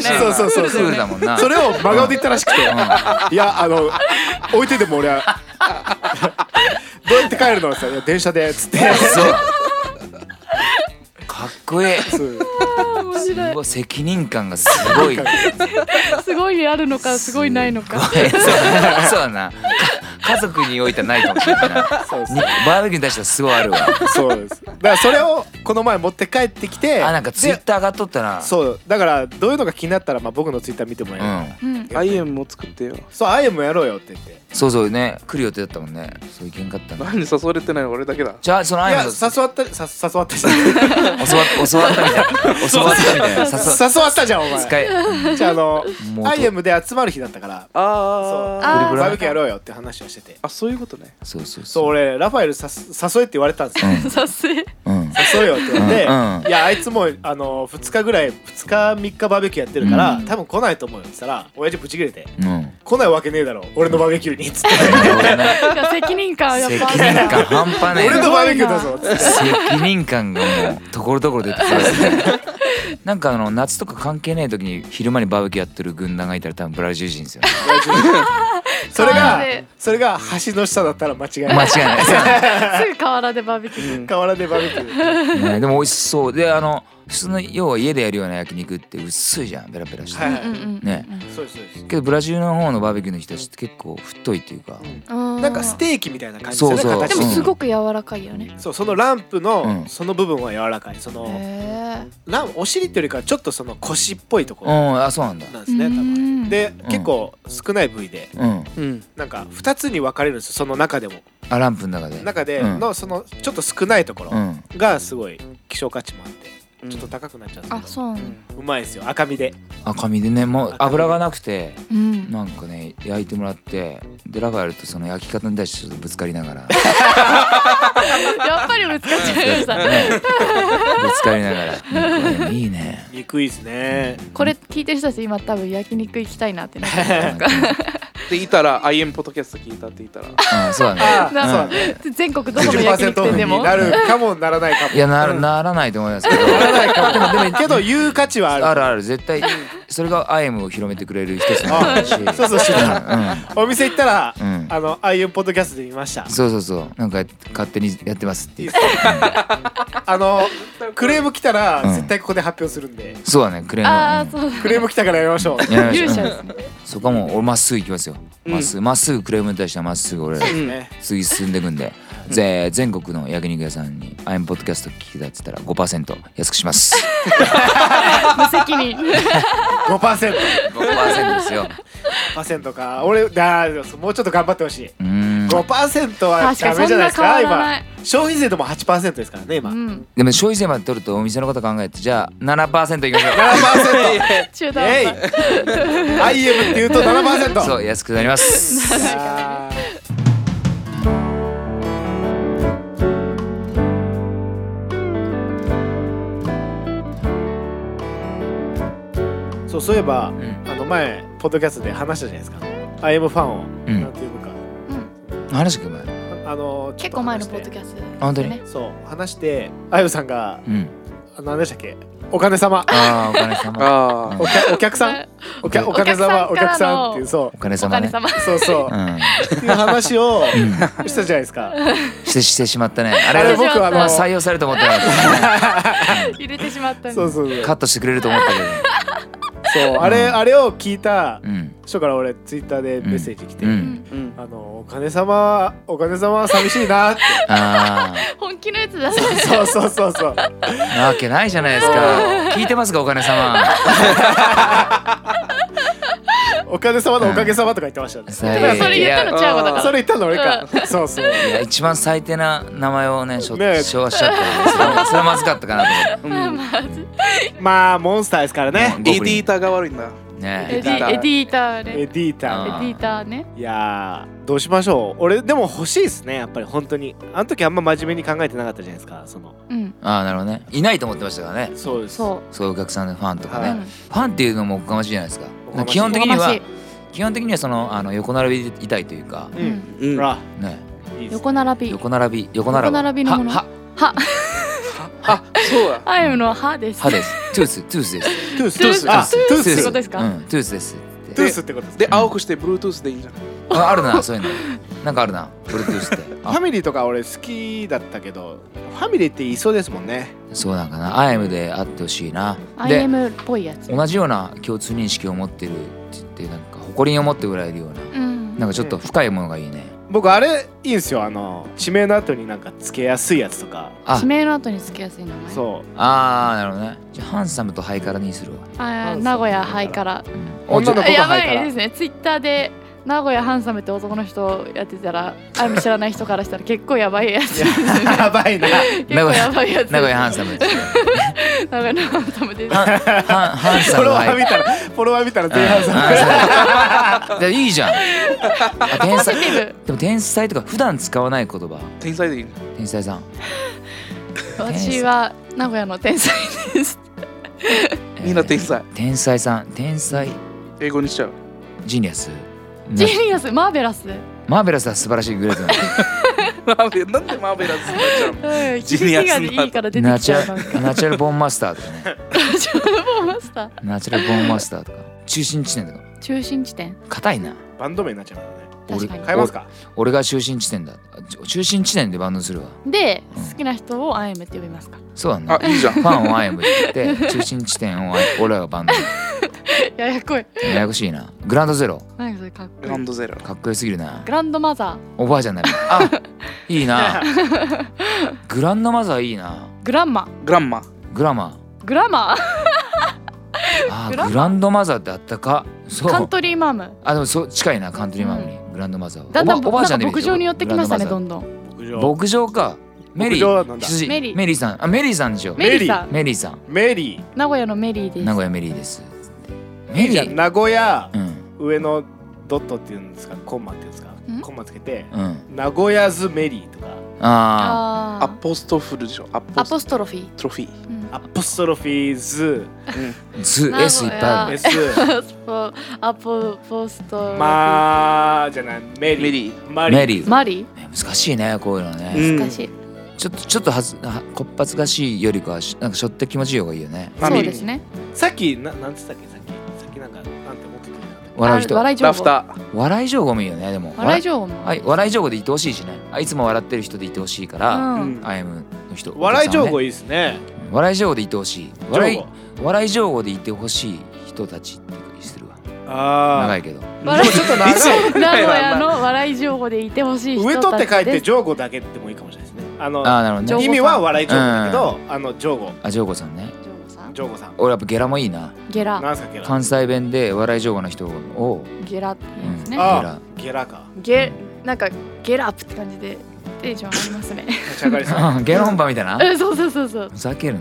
Speaker 4: そうそう
Speaker 3: そうそうそう
Speaker 2: クールだもんな
Speaker 3: それを真顔で言ったらしくていやあの置いてても俺は [LAUGHS] どうやって帰るのって言ったらいや電車でっ [LAUGHS] つって
Speaker 2: そうかっこいい
Speaker 3: そう
Speaker 5: あー面
Speaker 2: す
Speaker 5: 白い
Speaker 2: ごい責任感がすごいそう
Speaker 5: すごいあるのかすごいないのか
Speaker 2: そうだなか家族においてはないかもしれないな
Speaker 3: そう
Speaker 2: にバーベキューに対してはすごいあるわ
Speaker 3: [LAUGHS] そうですだからそれをこの前持って帰ってきて
Speaker 2: あなんかツイッ
Speaker 3: で
Speaker 2: ター上がっとったな
Speaker 3: そうだからどういうのが気になったらまあ僕のツイッター見ても
Speaker 2: う
Speaker 3: らえば、
Speaker 2: ん
Speaker 5: うん
Speaker 4: アイエンも作ってよ
Speaker 3: そうあゆもやろうよって言って
Speaker 2: そうそうね来る予定だったもんねそういけんかったな
Speaker 4: 何誘われてないの俺だけだ
Speaker 2: じゃあその
Speaker 3: い
Speaker 2: あい
Speaker 3: や
Speaker 2: みょんさ
Speaker 3: 誘わったさ誘わっ
Speaker 2: [LAUGHS]
Speaker 3: たじゃん
Speaker 2: 教わ教わったみたいな教わったみたいな誘
Speaker 3: 誘わったじゃんお前
Speaker 2: 使い
Speaker 3: じゃああの
Speaker 2: もう
Speaker 3: アイエムで集まる日だったから
Speaker 4: あ
Speaker 5: あ
Speaker 4: あ
Speaker 2: ブ
Speaker 5: ー
Speaker 2: リブラ
Speaker 3: バーベキューやろうよって話をしてて
Speaker 4: あそういうことね
Speaker 2: そうそう
Speaker 3: そう
Speaker 2: う
Speaker 3: 俺ラファエルさす誘えって言われたんですよ、
Speaker 5: 撮影
Speaker 2: うん
Speaker 3: 誘えよって言われて、
Speaker 2: うんうん
Speaker 3: いやあいつもあの2日ぐらい2日3日バーベキューやってるから、
Speaker 5: うん
Speaker 3: 多分来ないと思うよって言ったら親父ブチ切れて
Speaker 2: うん
Speaker 3: 「来ないわけねえだろ俺のバーベキューに」っつって
Speaker 2: 俺ね
Speaker 5: いや責任感はやっ
Speaker 2: 責
Speaker 5: ぱあるな
Speaker 2: 任感半
Speaker 3: 「
Speaker 2: 端ねえ
Speaker 3: 俺のバーベキューだぞ」っ [LAUGHS] つって
Speaker 2: 責任感がもうところどころ出てきますねなんかあの夏とか関係ない時に昼間にバーベキューやってる軍団がいたら多分ブラジル人ですよね
Speaker 3: それが
Speaker 5: 川で
Speaker 3: それが橋の下だったら間違い
Speaker 2: 間
Speaker 3: ない
Speaker 2: 違いないです
Speaker 5: ぐ河原でバーベキュー
Speaker 3: 河原でバーベキュー
Speaker 2: す、ね、でも美味しそうであの普通の要は家でやるような焼肉って薄いじゃんベラベラして、
Speaker 3: はい
Speaker 5: うんうんうんうん
Speaker 2: ね
Speaker 3: そうですそうです
Speaker 2: けどブラジルの方のバーベキューの人たちって結構太いっていうか、
Speaker 5: うん
Speaker 3: なんかステーキみたいな感じですよね
Speaker 2: そうそう
Speaker 3: 形
Speaker 5: で
Speaker 3: 的
Speaker 5: も
Speaker 3: に
Speaker 5: すごく柔らかいよね。
Speaker 3: そうそのランプ
Speaker 2: うん
Speaker 3: のその部分は柔らかいそ
Speaker 5: へ
Speaker 3: の
Speaker 5: え。
Speaker 3: ランお尻っていうよりかはちょっとその腰っぽいとこ
Speaker 2: う
Speaker 3: ろ
Speaker 2: んあそうなんだ
Speaker 3: なんですね多分
Speaker 5: 分
Speaker 3: で
Speaker 2: ん
Speaker 3: 結構少ない部位で
Speaker 2: うん
Speaker 4: うん
Speaker 3: なんか2つに分かれるんですよその中でも
Speaker 2: あランプの中で
Speaker 3: 中で
Speaker 2: うん
Speaker 3: のそのちょっと少ないところ
Speaker 2: うん
Speaker 3: がすごい希少価値もあってちょっと
Speaker 4: と
Speaker 3: 高くなっちゃうん
Speaker 5: あ、
Speaker 3: ですけ
Speaker 5: そうな
Speaker 4: うん
Speaker 5: だ。
Speaker 4: ん
Speaker 3: どうまいですよ赤身で
Speaker 2: 赤身でねもう油がなくて
Speaker 5: うん。
Speaker 2: なんかね焼いてもらってでラファエルとその焼き方に対してちょっとぶつかりながら
Speaker 5: [LAUGHS] やっぱりぶつかっちゃいました。
Speaker 2: ね、ぶつかりながら。いいね。
Speaker 3: 肉いいですね
Speaker 5: これ聞いてる人たち今多分焼肉行きたいなってなってる。
Speaker 4: でいたらアイエンポッドキャスト聞いたって言ったら
Speaker 2: うん、そうだね。
Speaker 3: あ
Speaker 5: な
Speaker 3: そうだね [LAUGHS]
Speaker 5: 全国どこの焼肉
Speaker 3: 10%オ
Speaker 5: 店
Speaker 3: フ
Speaker 5: でも
Speaker 3: に。なるかもならないかも
Speaker 2: いや、な
Speaker 3: うん
Speaker 2: ならないと思いますけど。
Speaker 3: ならないかもけど言う価値はある
Speaker 2: あるある、絶対。それがアイムを広めてくれる一つの
Speaker 3: あ
Speaker 2: 話うん
Speaker 3: そうそう知ったお店行ったら
Speaker 2: うんうん
Speaker 3: あのああいうポッドキャストで見ました
Speaker 2: そうそうそうなんか勝手にやってますって
Speaker 3: いい
Speaker 2: 言
Speaker 3: っ
Speaker 2: っ
Speaker 3: すあのクレーム来たら
Speaker 2: うん
Speaker 3: 絶対ここで発表するんで
Speaker 2: そうだねクレーム
Speaker 5: ああ
Speaker 2: うん
Speaker 5: そうだ
Speaker 3: クレーム来たからやりましょう
Speaker 2: やめましょう
Speaker 5: 勇者ですね
Speaker 2: そこはもう俺まっすぐ行きますよ
Speaker 4: うん
Speaker 2: まっすぐまっすぐクレームに対してはまっすぐ俺
Speaker 4: うん
Speaker 3: ね
Speaker 2: 次進んでいくんでぜ全国の焼肉屋さんに「アイムポッドキャスト聞きたい」って言ったら5%安くします
Speaker 5: 無
Speaker 3: [LAUGHS]
Speaker 5: 責任
Speaker 3: 5%
Speaker 2: 5%ですよ
Speaker 3: 5%か俺だもうちょっと頑張ってほしいう
Speaker 2: ーん
Speaker 3: 5%は
Speaker 5: 確か
Speaker 3: ダ
Speaker 5: に
Speaker 3: メじ
Speaker 5: そ
Speaker 3: ゃない
Speaker 5: んな
Speaker 3: です
Speaker 5: 変わ
Speaker 3: か今
Speaker 5: らない
Speaker 3: 消費税でも8%ですからね今、
Speaker 5: うん
Speaker 2: でも消費税まで取るとお店のこと考えてじゃあ7%いきましょ
Speaker 3: [LAUGHS] 7%
Speaker 5: 中断
Speaker 3: えい
Speaker 5: [LAUGHS]
Speaker 3: IM って言うと7%
Speaker 2: うそう安くなります
Speaker 3: あー [LAUGHS] そうそういえば、
Speaker 2: ん
Speaker 3: あの前ポッドキャストで話したじゃないですか IM ファンを、
Speaker 2: うん
Speaker 3: なんていうのか
Speaker 5: うん
Speaker 2: 話聞く前
Speaker 3: ああのちょっ
Speaker 5: 結
Speaker 3: と
Speaker 5: 構前
Speaker 3: 話
Speaker 5: の
Speaker 3: して
Speaker 5: ポッドキャストだね
Speaker 2: あ本当に
Speaker 3: そう話してあゆさんが
Speaker 2: うん
Speaker 3: あ何でしたっけお金様
Speaker 2: ああお金様
Speaker 4: あ
Speaker 3: お
Speaker 2: [LAUGHS]
Speaker 3: 客お客さ
Speaker 5: [LAUGHS]
Speaker 3: んお客お金様お
Speaker 5: お
Speaker 3: 客
Speaker 5: 客さんから
Speaker 3: さん
Speaker 5: の
Speaker 3: っていうそ
Speaker 2: お金
Speaker 5: お
Speaker 2: 様
Speaker 5: 金
Speaker 2: ね
Speaker 5: 様
Speaker 3: うそうそう
Speaker 2: [LAUGHS] う、ん
Speaker 3: っていう話を
Speaker 2: うん
Speaker 3: したじゃないです
Speaker 5: [LAUGHS]
Speaker 3: か
Speaker 2: してしてしまったねあ
Speaker 3: あれ
Speaker 2: れ
Speaker 3: 僕はあ
Speaker 2: まあ
Speaker 3: の
Speaker 2: 採用されると思ってなかった
Speaker 5: 入れてしまったん
Speaker 3: そ
Speaker 5: で
Speaker 3: うそうそう
Speaker 2: カットしてくれると思ったけど
Speaker 3: そうあれ、
Speaker 2: うん
Speaker 3: あれを聞いた
Speaker 2: うん
Speaker 3: 人から俺ツイッターでメッセージ来て、
Speaker 2: う
Speaker 5: うんん
Speaker 4: ーうん
Speaker 3: あのお金様はお金様は寂しいなって
Speaker 2: あ
Speaker 5: 本気のやつだね
Speaker 3: そうそうそうそう
Speaker 2: あなわけないじゃないですか聞いてますかお金様
Speaker 3: お金様のおかげ様とか言ってましたね、
Speaker 2: 最
Speaker 5: でもそれ言ったのチャーゴだ
Speaker 4: いや
Speaker 5: か
Speaker 3: そ
Speaker 5: ら
Speaker 3: れ言ったの俺か、そうそう
Speaker 2: いや一番最低な名前をねしょ
Speaker 3: ねえ
Speaker 2: 昭和しちゃったそれはそれはまずかったかなと思っ
Speaker 4: うん
Speaker 5: まず
Speaker 3: まあモンスターですからね
Speaker 2: うん
Speaker 4: エディーターが悪いんだ
Speaker 2: てね
Speaker 5: エ
Speaker 2: え
Speaker 5: ディエディーターね
Speaker 3: エデ
Speaker 5: エデ
Speaker 3: ィーター
Speaker 2: あ
Speaker 3: ね
Speaker 2: ー
Speaker 5: ィーターね
Speaker 3: いやーどうしましょう俺でも欲しいですねやっぱり本当にあの時あんま真面目に考えてなかったじゃないですかその
Speaker 5: うん
Speaker 2: ああなるほどねいないと思ってましたからね
Speaker 3: そうです
Speaker 5: そ
Speaker 2: そういうお客さんのファンとか
Speaker 5: う、
Speaker 2: ね、
Speaker 5: うん
Speaker 2: ファンっていうのもおかましいじゃないですか
Speaker 3: おかましい
Speaker 2: 基本的に
Speaker 5: おかま
Speaker 2: は
Speaker 5: しい
Speaker 2: 基本的にはそのあの横並びでいたいというか
Speaker 3: う、
Speaker 5: うんん
Speaker 4: うん
Speaker 3: ら
Speaker 2: ね
Speaker 3: いいですね
Speaker 5: 横並び
Speaker 2: 横並び横並び
Speaker 5: 横並びのもの
Speaker 2: はは
Speaker 5: は
Speaker 4: あそうだ
Speaker 5: アイムの歯です
Speaker 2: はですトゥーストゥースです
Speaker 3: トゥース
Speaker 5: [LAUGHS] トゥース
Speaker 3: あトゥー
Speaker 5: って
Speaker 3: ス
Speaker 5: ことですか
Speaker 2: うんトゥースです
Speaker 3: トゥースってことです
Speaker 4: で青くして Bluetooth でいいんじゃない
Speaker 2: ああるなそういうのなんかあるなブルートゥース
Speaker 5: [LAUGHS]
Speaker 2: って
Speaker 3: フ
Speaker 2: あ
Speaker 3: ァミリーとか俺好きだったけどファミリーっていそうですもんね
Speaker 2: そうなんかな IM であってほしいなで
Speaker 5: IM っぽいやつ
Speaker 2: 同じような共通認識を持ってるって言ってなんか誇りに思ってもらえるような
Speaker 5: うん
Speaker 2: なんかちょっと深いものがいいね
Speaker 3: 僕あれいいんですよあの地名の後になんかつけやすいやつとか
Speaker 2: あ
Speaker 5: 地名の後につきやすい名前
Speaker 2: [LAUGHS]
Speaker 3: そう
Speaker 2: あーなるほどねじゃあハンサムとハイカラにするわ、
Speaker 5: あー名古屋ハイカラ
Speaker 2: うん、
Speaker 3: 女の子が
Speaker 5: やば
Speaker 3: ハイカラ
Speaker 5: いですねツイッターで名古屋ハンサムって男の人やってたらアイム知らない人からしたら結構やばいやつ
Speaker 3: やばいな
Speaker 5: 結構やばいやつ
Speaker 2: 名古屋ハンサムですね
Speaker 5: 名古屋のハンサムです
Speaker 2: ハンハンハン
Speaker 3: フ
Speaker 2: サ
Speaker 3: ォ
Speaker 2: ム
Speaker 3: ロワ
Speaker 2: ハイ
Speaker 3: ー見たらフォロワー見たら前半さ
Speaker 2: うんでいいじゃんあ天
Speaker 5: ポジ
Speaker 2: 才
Speaker 5: ティ
Speaker 2: でも天才とか普段使わない言葉
Speaker 4: 天才でいいんだ
Speaker 2: 天才さん
Speaker 5: ブ私は名古屋の天才です
Speaker 4: みんな天
Speaker 2: 天
Speaker 4: 才
Speaker 2: 天才さん天才
Speaker 4: 英語にしちゃう
Speaker 2: ジーニアス
Speaker 5: ジ
Speaker 2: ね
Speaker 5: ーニアスマーベラス
Speaker 2: マーベラスは素晴らしいグレートなんだ
Speaker 4: マーベ [LAUGHS] なんでマーベラスになっちゃうの
Speaker 5: うん
Speaker 4: ジーニアス
Speaker 5: 響きがいいから出て
Speaker 2: ナ
Speaker 5: き
Speaker 2: チ
Speaker 5: ちゃう
Speaker 2: ュ
Speaker 5: なん
Speaker 2: ラ
Speaker 5: か
Speaker 2: ルナチュラルボーンマスターとかね
Speaker 5: ちょっともうマスター
Speaker 2: ナチュラルボーンマスターとか中心地点とか
Speaker 5: 中心地点
Speaker 2: 硬いな
Speaker 3: バンド名になっちゃうからね
Speaker 5: 確かに
Speaker 3: 変えますか
Speaker 2: 俺が中心地点だあちょ中心地点でバンドするわ
Speaker 5: で
Speaker 2: うん
Speaker 5: 好きな人をアイムって呼びますか
Speaker 2: そうだね
Speaker 4: あいいじゃん
Speaker 2: ファンを IM って言って中心地点を I- 俺らがバンド
Speaker 5: ややこい
Speaker 2: ややこしいなグランドゼロ
Speaker 5: 何かそれかっこい
Speaker 4: グ
Speaker 5: い
Speaker 4: ランドゼロ
Speaker 2: かっこよすぎるな
Speaker 5: グランドマザ
Speaker 2: おばあちゃんになるあいいな
Speaker 5: [LAUGHS]
Speaker 2: グランドマザーいいな
Speaker 5: ーグランマ
Speaker 4: グランマ
Speaker 2: グラマ
Speaker 5: グラマー
Speaker 2: ーあ
Speaker 5: グラマ
Speaker 2: ー
Speaker 5: ー
Speaker 2: グランドマザーってあったかそ
Speaker 5: カン
Speaker 2: う
Speaker 5: トリーマーム
Speaker 2: あでもそう近いなカントリーマンにグランドマザーは
Speaker 5: だんだん
Speaker 2: おばおばあちゃんで
Speaker 5: なんか牧場に寄ってきましたねど
Speaker 2: ん
Speaker 5: んどん
Speaker 3: 牧場
Speaker 2: 牧場かメリ
Speaker 3: 牧場
Speaker 2: ー
Speaker 3: なんだ
Speaker 2: 羊メ
Speaker 5: メ
Speaker 2: リ
Speaker 5: リ
Speaker 2: ー
Speaker 5: ー
Speaker 2: さんあメリーさんでしょ
Speaker 3: メリー
Speaker 5: メリーさん
Speaker 2: メリーさん
Speaker 3: メリ
Speaker 5: 名古屋のメリーです
Speaker 2: 名古屋メリーですメ
Speaker 3: ー
Speaker 2: リ
Speaker 3: じゃあ
Speaker 2: ー
Speaker 3: 名古屋
Speaker 2: うん
Speaker 3: 上のドットっていうんですかコンマっていうんですか
Speaker 5: ん
Speaker 3: コンマつけて
Speaker 2: うん
Speaker 3: 名古屋ズメリーとか
Speaker 2: あ
Speaker 5: あ
Speaker 4: アポストフルでしょア
Speaker 5: ーア
Speaker 4: ポス
Speaker 5: ポストロフィー
Speaker 4: トフィー
Speaker 5: うん
Speaker 3: アポストロフィーズ
Speaker 2: ーズ
Speaker 5: 名古屋
Speaker 2: S いっぱいある
Speaker 3: S
Speaker 5: ポ [LAUGHS] アポポストロフィー
Speaker 3: まあじゃないメリー
Speaker 4: メリー
Speaker 3: マリー
Speaker 2: メリー
Speaker 5: マリ
Speaker 2: ね難しいねこういうのね、
Speaker 4: うん
Speaker 5: 難しい
Speaker 2: ちょっとちょっとはずはこっぱずかしいよりかはしなんかしょって気持ちいい方がいいよね
Speaker 5: そうですね
Speaker 3: さっきななんつったっけさっき
Speaker 4: きなんかなんて思ってて
Speaker 2: 笑う人
Speaker 5: あ笑い情
Speaker 4: ラフ
Speaker 5: 報
Speaker 4: ター
Speaker 2: 笑い情報もいいよねでも
Speaker 5: 笑い情報も
Speaker 2: はい、笑い情報でいてほしいしねあいつも笑ってる人でいてほしいから、
Speaker 5: う
Speaker 6: うんん
Speaker 2: アイムの人
Speaker 3: 笑い情報
Speaker 2: お
Speaker 3: いいですね。
Speaker 2: 客さんはね笑い情報でいてほしい笑
Speaker 3: 情
Speaker 2: い
Speaker 3: 報
Speaker 2: 笑い情報でいてほしい人たちっていうふうにするわ長
Speaker 3: あ
Speaker 2: いけど
Speaker 3: あ。
Speaker 5: 笑い
Speaker 3: ちょっと長い。
Speaker 5: 名古屋の笑い情報でいてほしい人
Speaker 3: 上
Speaker 5: たち
Speaker 3: とって書いて
Speaker 5: です
Speaker 3: ジョーゴだけでもいいかもしれないですね。あの
Speaker 2: ああなるほど
Speaker 5: 情
Speaker 2: ね
Speaker 5: 報
Speaker 3: 意味は笑い情報だけど、あのジョーゴ
Speaker 2: あジョーゴさんね
Speaker 5: 情報さん
Speaker 3: ジョーゴさん。
Speaker 2: 俺やっぱゲラもいいな
Speaker 5: ゲラ
Speaker 3: なんすかゲラ。
Speaker 2: 関西弁で笑い情報の人を、
Speaker 5: ゲラって
Speaker 2: う
Speaker 5: 言うん
Speaker 2: ん
Speaker 5: です
Speaker 2: ゲ
Speaker 5: ね
Speaker 3: あ
Speaker 2: ラ [LAUGHS]
Speaker 3: ゲラか。
Speaker 5: ゲなんかゲラップって感じでテンション上がりますね
Speaker 3: 立ち上がりそう。
Speaker 2: あゲラ本番みたいな
Speaker 5: うん [LAUGHS] そうそうそうそう
Speaker 2: ふざける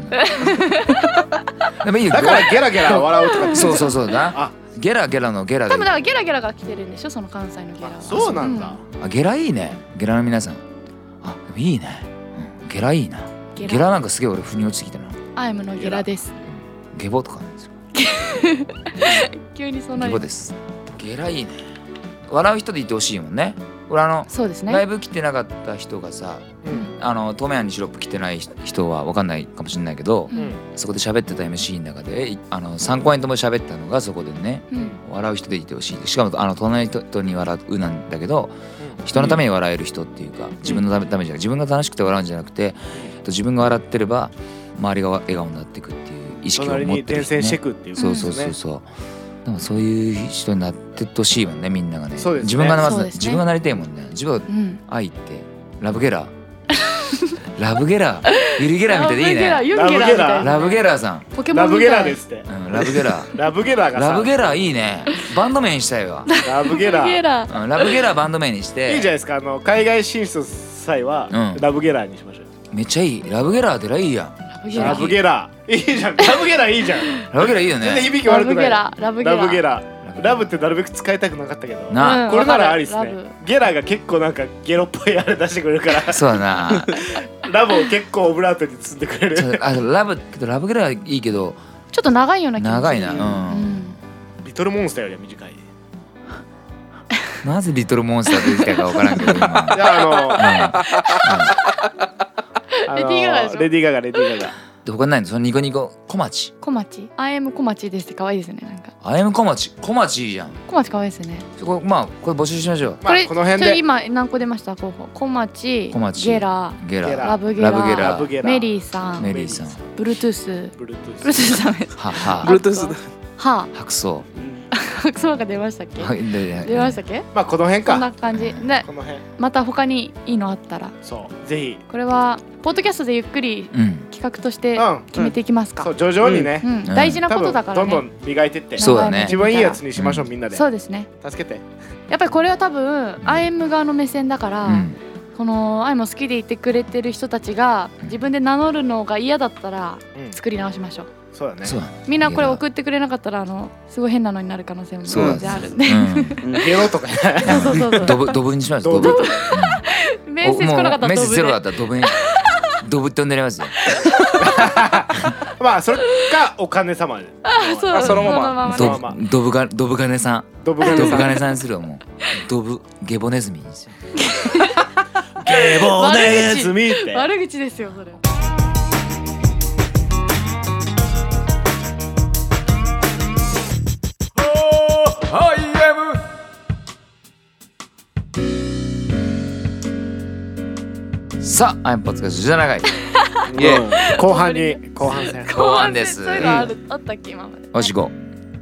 Speaker 2: な
Speaker 5: [LAUGHS]
Speaker 2: でもいいよ
Speaker 3: だからゲラゲラ笑うとかって。
Speaker 2: そうそうそう
Speaker 3: あ
Speaker 2: なゲラゲラのゲラで
Speaker 5: 多分だからゲラゲラが来てるんでしょその関西のゲラは
Speaker 3: あそうなんだ。
Speaker 2: あゲラいいねゲラの皆さんあでもいいね、うん、ゲラいいな
Speaker 5: ゲ
Speaker 2: ゲ
Speaker 5: ラ
Speaker 2: ラなんかすげえ俺腑に落ちてきたな
Speaker 5: アイムのゲラです
Speaker 2: ゲボとかなんですよ
Speaker 5: 急にそんな
Speaker 2: ゲボですゲラいいね笑う人でいてほしいもんね俺あの、
Speaker 5: そうです
Speaker 2: ライ
Speaker 5: ね
Speaker 2: ブ来てなかった人がさ
Speaker 5: うん
Speaker 2: あの透明にシロップ着てない人は分かんないかもしれないけど、そこで喋ってた MC の中であの3公演とも喋ったのがそこでね
Speaker 5: うん
Speaker 2: 笑う人でいてほしいしかもあの隣の人に笑うなんだけど、人のために笑える人っていうか自分のためためじゃなく自分が楽しくて笑うんじゃなくて、えっと自分が笑ってれば周りが笑顔になっていくっていう意識を
Speaker 3: 隣
Speaker 2: 持
Speaker 3: に
Speaker 2: ってる人、
Speaker 3: 転
Speaker 2: ね、
Speaker 3: 戦してくっていうこと
Speaker 2: そう
Speaker 3: です
Speaker 2: そ
Speaker 3: ね。
Speaker 2: うそうそうでもそういう人になってってほしいもんねみんながね
Speaker 3: そうですね
Speaker 2: 自分がまず、
Speaker 5: そうですね
Speaker 2: 自分がなりたいもんね自分は
Speaker 5: うん
Speaker 2: 愛ってラブゲ [LAUGHS] ラーラブゲラーゆりゲラーみたいでいいね
Speaker 5: ユンゲラユンゲラみたいな
Speaker 2: ラブゲラーさん、
Speaker 5: ポケモ
Speaker 3: ラ
Speaker 5: ンみた
Speaker 3: ブ
Speaker 5: い
Speaker 3: ゲラですって。
Speaker 2: うん、ラブゲラー
Speaker 3: ラブゲラがさ。
Speaker 2: ラブゲラーいいねバンド名にしたいわ、
Speaker 3: ラブゲ
Speaker 5: ラブゲ
Speaker 3: ラ。
Speaker 5: ラ
Speaker 2: うん、ラブゲラーバンド名にして
Speaker 3: いいじゃないですか。あの海外進出の際は
Speaker 2: うん
Speaker 3: ラブゲラにしましょう。
Speaker 2: めっちゃいいラブゲラーでらいいやん
Speaker 5: ラブゲ
Speaker 3: ラ
Speaker 5: ラ
Speaker 3: ブゲラ。いいじゃん。ラブゲラいいじゃん。
Speaker 2: ラブゲラいいよ
Speaker 3: 全然
Speaker 2: ね
Speaker 3: 響き悪
Speaker 5: ラブ
Speaker 3: く
Speaker 5: ゲ
Speaker 3: ない。
Speaker 5: ララブゲラ
Speaker 3: ラブゲラ。ラブってなるべく使いたくなかったけど。
Speaker 2: なあ、
Speaker 5: うん
Speaker 3: これならありです
Speaker 5: わかるラ
Speaker 3: ね。ゲラが結構なんかゲロっぽいあれ出してくれる
Speaker 2: [LAUGHS]
Speaker 3: か
Speaker 2: そうだ
Speaker 3: [LAUGHS]
Speaker 2: な
Speaker 3: ら、ラブを結構オブラートに包んでくれ
Speaker 2: ちょ
Speaker 3: る。
Speaker 2: あラブけどラブゲラーいいけど
Speaker 5: ちょっと長いような気が
Speaker 2: 長いなうん
Speaker 3: リトルモンスターよりは短
Speaker 2: [LAUGHS]
Speaker 3: い。い
Speaker 2: なぜリトルモンスター出てきたかわからんけど今
Speaker 3: やあの、あの
Speaker 5: レディーガガでしょ
Speaker 3: レディーガガレディーガガ。
Speaker 2: で他にないのそのニコニコ小町
Speaker 5: 小町 IM 小町ですって可愛いですねなんか
Speaker 2: I m 小町小町いいじゃん
Speaker 5: 小町可愛いですね
Speaker 2: そこまあこれ募集しましょう
Speaker 3: まあこの辺
Speaker 5: ちょ
Speaker 3: で
Speaker 5: 今何個出ました候補小町
Speaker 2: 小町
Speaker 5: ゲラ
Speaker 2: ゲラ
Speaker 3: ゲ
Speaker 5: ラブゲラ
Speaker 2: ラブゲラ
Speaker 3: ラブゲラ。
Speaker 5: メリーさん
Speaker 2: メリーさん
Speaker 5: ブルートゥース
Speaker 3: ブルートゥ
Speaker 5: ブ
Speaker 3: ー
Speaker 5: ルートゥー
Speaker 3: ス。
Speaker 5: スダメ
Speaker 2: はは
Speaker 4: Bluetooth だ
Speaker 5: は
Speaker 2: 白草
Speaker 5: あ [LAUGHS] そうなんか出ましたっけ
Speaker 2: はいでで
Speaker 5: 出ましたっけ
Speaker 3: まあこの辺
Speaker 5: こんな
Speaker 3: か。
Speaker 5: 感じね
Speaker 3: この辺。
Speaker 5: また他にいいのあったら
Speaker 3: そう。ぜひ。
Speaker 5: これはポッドキャストでゆっくり
Speaker 2: うん
Speaker 5: 企画として
Speaker 3: うん
Speaker 5: 決めていきますか、
Speaker 3: そうう徐々にね。
Speaker 5: ん大事な
Speaker 3: 多
Speaker 5: ことだ
Speaker 3: 分
Speaker 5: か
Speaker 3: ど
Speaker 5: ら
Speaker 3: ん
Speaker 5: ね
Speaker 3: どん磨いてって。
Speaker 2: そうだね
Speaker 3: 一番いいやつにしましょう
Speaker 5: う
Speaker 3: みんなで。
Speaker 5: そ
Speaker 3: 助
Speaker 5: うですね
Speaker 3: けて。
Speaker 5: やっぱりこれは多分 IM 側の目線だから、
Speaker 2: うん
Speaker 5: この IM を好きでいてくれてる人たちが自分で名乗るのが嫌だったら
Speaker 3: うん。
Speaker 5: 作り直しましょう
Speaker 3: そうだね。
Speaker 2: そうだね
Speaker 5: みんなこれ送ってくれなかったらあのすごい変なのになる可能性も
Speaker 2: そう
Speaker 5: 全然
Speaker 2: だ
Speaker 5: あるんで、
Speaker 2: ね
Speaker 3: ゲロとか。
Speaker 5: [LAUGHS]
Speaker 3: [LAUGHS]
Speaker 5: そうそうそう
Speaker 2: うんドブドブにします
Speaker 3: ドブ
Speaker 2: うん
Speaker 5: [LAUGHS] 面接来なかった
Speaker 2: おもう
Speaker 5: ら
Speaker 2: 面
Speaker 5: ド
Speaker 2: 接
Speaker 5: ブ
Speaker 2: ゼロだ
Speaker 5: で
Speaker 2: ったらドブにドブって呼んでやりますよ
Speaker 3: まあそれかお金様で。
Speaker 5: そう
Speaker 4: あそのまま
Speaker 5: ね
Speaker 2: ド
Speaker 3: まあまあ
Speaker 2: ブドブがドブ金さん
Speaker 3: ドブ
Speaker 2: ド
Speaker 3: ガネ
Speaker 2: ブ
Speaker 3: さん。
Speaker 2: 金さんにするわもうドブゲボネズミにする
Speaker 3: ゲボネズミって。
Speaker 5: 悪口ですよそれ
Speaker 2: さあアイムポッドキャスト17回
Speaker 4: イエーイ
Speaker 3: 後半に後半戦。
Speaker 2: 後半です
Speaker 5: そういうのあるあったっけ今まで
Speaker 2: おしこ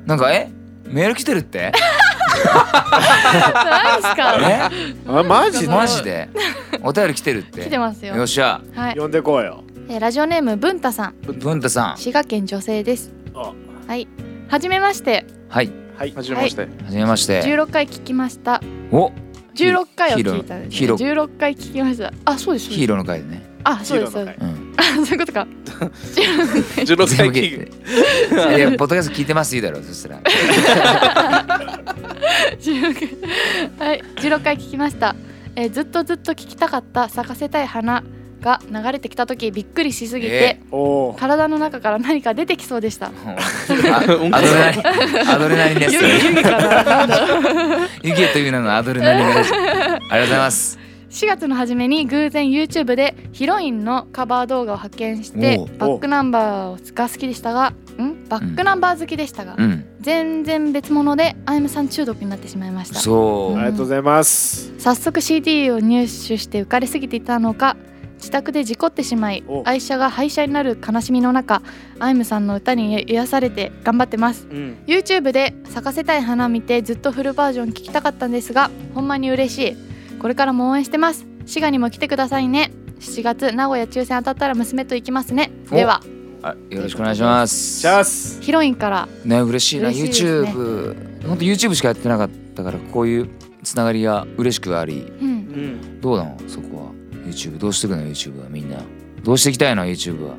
Speaker 2: なんかえメール来てるって
Speaker 5: 何です [LAUGHS] か
Speaker 2: え
Speaker 3: あマジで。
Speaker 2: マジ
Speaker 5: [LAUGHS]
Speaker 2: でお便り来てるって
Speaker 5: 来てますよ
Speaker 2: よっしゃ
Speaker 5: はい、
Speaker 3: 呼んでこうよ。
Speaker 5: えーラジオネーム文太さん
Speaker 2: 文太さん
Speaker 5: 滋賀県女性です
Speaker 3: あ
Speaker 5: はいはじめまして
Speaker 2: はい
Speaker 3: はい。
Speaker 4: はじめまして、
Speaker 2: はじめまして
Speaker 5: 16回聞きました
Speaker 2: お
Speaker 5: 16回を聞いたんです
Speaker 2: ヒ
Speaker 5: ね
Speaker 2: ーロー
Speaker 5: 16回聞きましたあそうですそう
Speaker 2: ヒー
Speaker 5: です
Speaker 2: ローの回でね
Speaker 5: あそうです
Speaker 3: ヒ
Speaker 5: そ
Speaker 3: ーロー
Speaker 5: う
Speaker 3: の
Speaker 5: で
Speaker 2: う
Speaker 3: 回
Speaker 5: す
Speaker 2: ん
Speaker 5: あそういうこ
Speaker 2: [LAUGHS]
Speaker 5: とか16
Speaker 4: 16歳
Speaker 2: 全部聞いていやポッドキャスト聞いてます言うだろそしたら
Speaker 5: 16はい16回聞きました、えーずっとずっと聞きたかった咲かせたい花が流れてきた時びっくりしすぎて、
Speaker 3: おおー。
Speaker 5: 体の中から何か出てきそうでした。
Speaker 2: もうあアドレナリンアドレナリンです
Speaker 5: 湯気湯気かななんだろう
Speaker 2: 湯気という名のアドレナリンですありがとうございます
Speaker 5: 4月の初めに偶然 YouTube でヒロインのカバー動画を発見して
Speaker 2: おう
Speaker 5: バックナンバーが好きでしたがんバックナンバー好きでしたが、
Speaker 2: うん
Speaker 5: 全然別物であやむさん中毒になってしまいました
Speaker 2: そう、
Speaker 5: ん
Speaker 3: ありがとうございます。
Speaker 5: 早速 CD を入手して浮かれすぎていたのか自宅で事故ってしまい
Speaker 3: お
Speaker 5: 愛車が廃車になる悲しみの中あやむさんの歌に癒されて頑張ってます
Speaker 4: うん
Speaker 5: YouTube で「咲かせたい花」見てずっとフルバージョン聞きたかったんですがほんまに嬉しいこれからも応援してます滋賀にも来てくださいね7月名古屋抽選当たったら娘と行きますね
Speaker 2: お
Speaker 5: では
Speaker 2: あよろしくお願いします
Speaker 3: チャンス。
Speaker 5: ヒロインから
Speaker 2: ね嬉しいな
Speaker 5: 嬉しいですね
Speaker 2: YouTube 本当 YouTube しかやってなかったからこういうつながりが嬉しくあり
Speaker 4: [LAUGHS]
Speaker 5: うん
Speaker 4: うん
Speaker 2: どうなのそこは YouTube どうしていくの YouTube はみんなどうしていきたいの YouTube
Speaker 5: [LAUGHS]
Speaker 2: は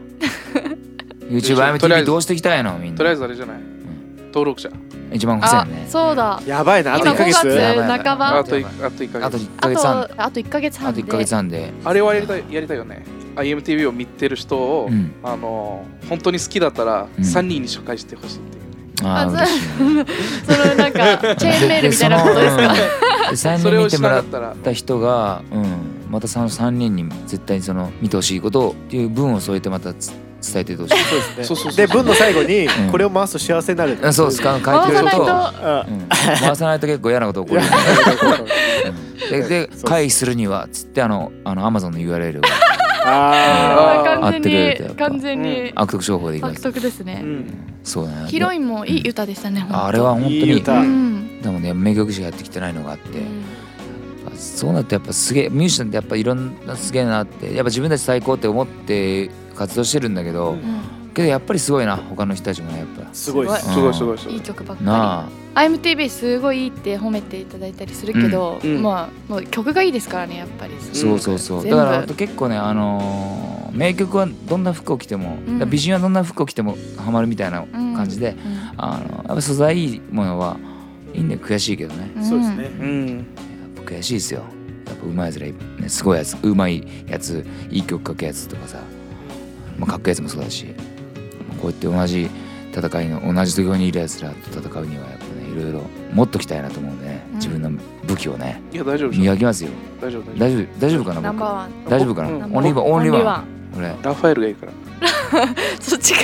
Speaker 2: YouTube あやめ
Speaker 4: とりあえ
Speaker 2: TV
Speaker 4: ず
Speaker 2: どうしていきたいのみん
Speaker 4: とりあえ
Speaker 2: な
Speaker 4: ずあれじゃない登録者
Speaker 2: 一番
Speaker 5: あ
Speaker 2: 欲しいね
Speaker 5: そうだ
Speaker 3: やばいな。あと
Speaker 5: 今
Speaker 3: 1ヶ
Speaker 5: 5
Speaker 3: 月。
Speaker 2: やばいやばい
Speaker 5: 月半ば
Speaker 4: あ
Speaker 5: あ
Speaker 4: といあと1
Speaker 2: あ
Speaker 4: か
Speaker 2: と
Speaker 4: 月
Speaker 2: 1ヶ月半
Speaker 5: とあと1ヶ月
Speaker 2: あ
Speaker 5: 半
Speaker 2: と
Speaker 5: で
Speaker 2: 1ヶ月半で
Speaker 4: あれはやりたいやりたいよね IMTV を見てる人を、
Speaker 2: うん
Speaker 4: あのー本当に好きだったら
Speaker 2: うん
Speaker 4: 3人に紹介してほしいっていう、
Speaker 2: ああ
Speaker 5: あそう
Speaker 2: 嬉しいね
Speaker 5: [LAUGHS] そのなんかチェーンメールみたいなことですか
Speaker 2: ですか3
Speaker 4: それ
Speaker 2: 人
Speaker 4: を
Speaker 2: 見て
Speaker 4: し
Speaker 2: も
Speaker 4: なか
Speaker 2: らっ
Speaker 4: ったら
Speaker 2: た人がうんまたその3人に絶対にその見てほしいことをっていう文を添えてまたつ伝えていってほしい
Speaker 3: [LAUGHS]
Speaker 4: そうそうそう
Speaker 3: で文の最後に
Speaker 2: うん
Speaker 3: これを回すと幸せになる。
Speaker 2: うんそうですか書い
Speaker 5: 回
Speaker 2: て
Speaker 5: さ
Speaker 2: る
Speaker 5: ない
Speaker 2: と
Speaker 5: と
Speaker 3: うん。
Speaker 2: うん回さないと結構嫌なこと起こ
Speaker 3: い
Speaker 2: る
Speaker 3: や
Speaker 2: よねでで
Speaker 3: そう
Speaker 2: 会議するにはつってあのあの Amazon の URL を
Speaker 3: あ
Speaker 2: ー
Speaker 5: [LAUGHS] 完全
Speaker 2: 合ってくれたやっ
Speaker 5: に
Speaker 2: ぱ
Speaker 5: 完全に
Speaker 2: 悪徳商法でいきま
Speaker 5: 獲 [LAUGHS]
Speaker 2: す
Speaker 5: 得です
Speaker 4: う
Speaker 5: ね
Speaker 4: ん
Speaker 2: そうだね
Speaker 5: ヒロインもいい歌でしたね
Speaker 2: あれは本当に
Speaker 3: いい歌
Speaker 5: う
Speaker 3: だ
Speaker 5: ん
Speaker 2: でもね名曲しかやってきてないのがあって、やっぱそうなるとやっぱすげえミュージシャンってやっぱいろんなすげえなってやっぱ自分たち最高って思って活動してるんだけど、
Speaker 5: うん
Speaker 2: けどやっぱりすごいな他の人たちもねやっぱ [LAUGHS]
Speaker 3: あ。すごいです。
Speaker 2: うん
Speaker 4: すごいすごいすご
Speaker 5: い
Speaker 4: い
Speaker 5: い曲ばっか
Speaker 2: なあ
Speaker 5: り IMTV すごいいいって褒めていただいたりするけど、
Speaker 4: うんうん
Speaker 5: まあもう曲がいいですからねやっぱり
Speaker 2: そうそうそう
Speaker 5: 全
Speaker 2: だ
Speaker 5: 部
Speaker 2: からあと結構ねあのー名曲はどんな服を着ても、
Speaker 5: うん
Speaker 2: 美人はどんな服を着てもハマるみたいな
Speaker 5: うん
Speaker 2: 感じで、あのやっぱ素材いいものはいいんで悔しいけどね
Speaker 5: うん
Speaker 3: そうですね。
Speaker 4: うん
Speaker 2: やっぱ悔しいですよやっぱうまいやつらい、ね、すごいやつうまいやついい曲書くやつとかさ、まあ、かっこいいやつもそうだし、まあこうやって同じ戦いの同じ土俵にいるやつらと戦うにはやっぱねいろいろもっときたいなと思うんでね、
Speaker 5: ん
Speaker 2: 自分の武器をね
Speaker 4: いや大丈夫でしょ
Speaker 2: 磨きますよ
Speaker 4: 大丈夫大丈
Speaker 2: 大丈夫大丈夫かな
Speaker 5: ナン
Speaker 2: 僕
Speaker 5: バーワン
Speaker 2: 大丈夫かな
Speaker 4: うん
Speaker 2: オンリーワンオンリーワン
Speaker 5: ン
Speaker 2: 俺
Speaker 4: 夫ラファエルがいいから
Speaker 5: そっちか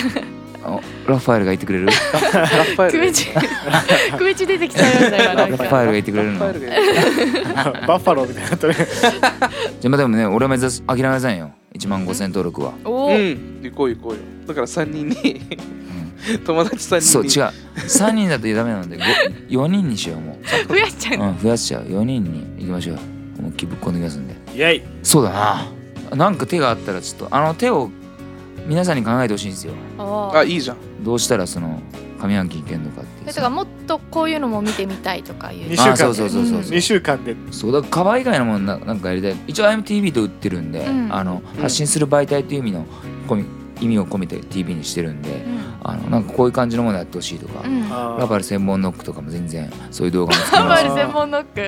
Speaker 2: あラファエルが言ってくれるラ
Speaker 4: ラファエルが
Speaker 5: [LAUGHS]
Speaker 4: い
Speaker 5: 首
Speaker 4: い
Speaker 5: ち首ち出てきちゃいましたよなん
Speaker 2: [LAUGHS] フ
Speaker 5: か
Speaker 2: ァエルが言ってくれるの
Speaker 4: ラファエ
Speaker 2: じ
Speaker 4: ル
Speaker 2: ゃ
Speaker 4: がいいから
Speaker 3: [LAUGHS] バッファローみたいになったね。
Speaker 2: あまあでもね俺は目指す諦めなさいよ1万5000登録は、
Speaker 5: おお、
Speaker 4: うん行こう行こうよだから3人に友達3人に
Speaker 2: そう違う3人だとダメなんで4人にしようもう
Speaker 5: 増やしちゃう、
Speaker 2: うん、増やしちゃう4人に行きましょう思いっきりぶっこんできますんで
Speaker 3: イエイ。
Speaker 2: そうだななんか手があったらちょっとあの手を皆さんに考えてほしいんですよ
Speaker 5: おー
Speaker 4: あいいじゃん
Speaker 2: どうしたらその上半期いけんのかってい
Speaker 5: え
Speaker 2: う
Speaker 5: とかもっとこういうのも見てみたいとかいう
Speaker 3: 二週間
Speaker 2: あそうそうそうそうそう
Speaker 3: 二週間で
Speaker 2: そうだからカバー以外のものななんかやりたい一応 IMTV と売ってるんで、
Speaker 5: うん
Speaker 2: あの
Speaker 4: うん
Speaker 2: 発信する媒体という意味の込み意味を込めて TV にしてるんで
Speaker 5: うん
Speaker 2: あのなんかこういう感じのものやってほしいとか、
Speaker 5: うん
Speaker 3: あー
Speaker 2: ラバル専門ノックとかも全然そういう動画も
Speaker 5: [LAUGHS]
Speaker 2: 作り
Speaker 5: ハン
Speaker 2: ま
Speaker 5: バ
Speaker 2: す
Speaker 5: ーグ専門ノック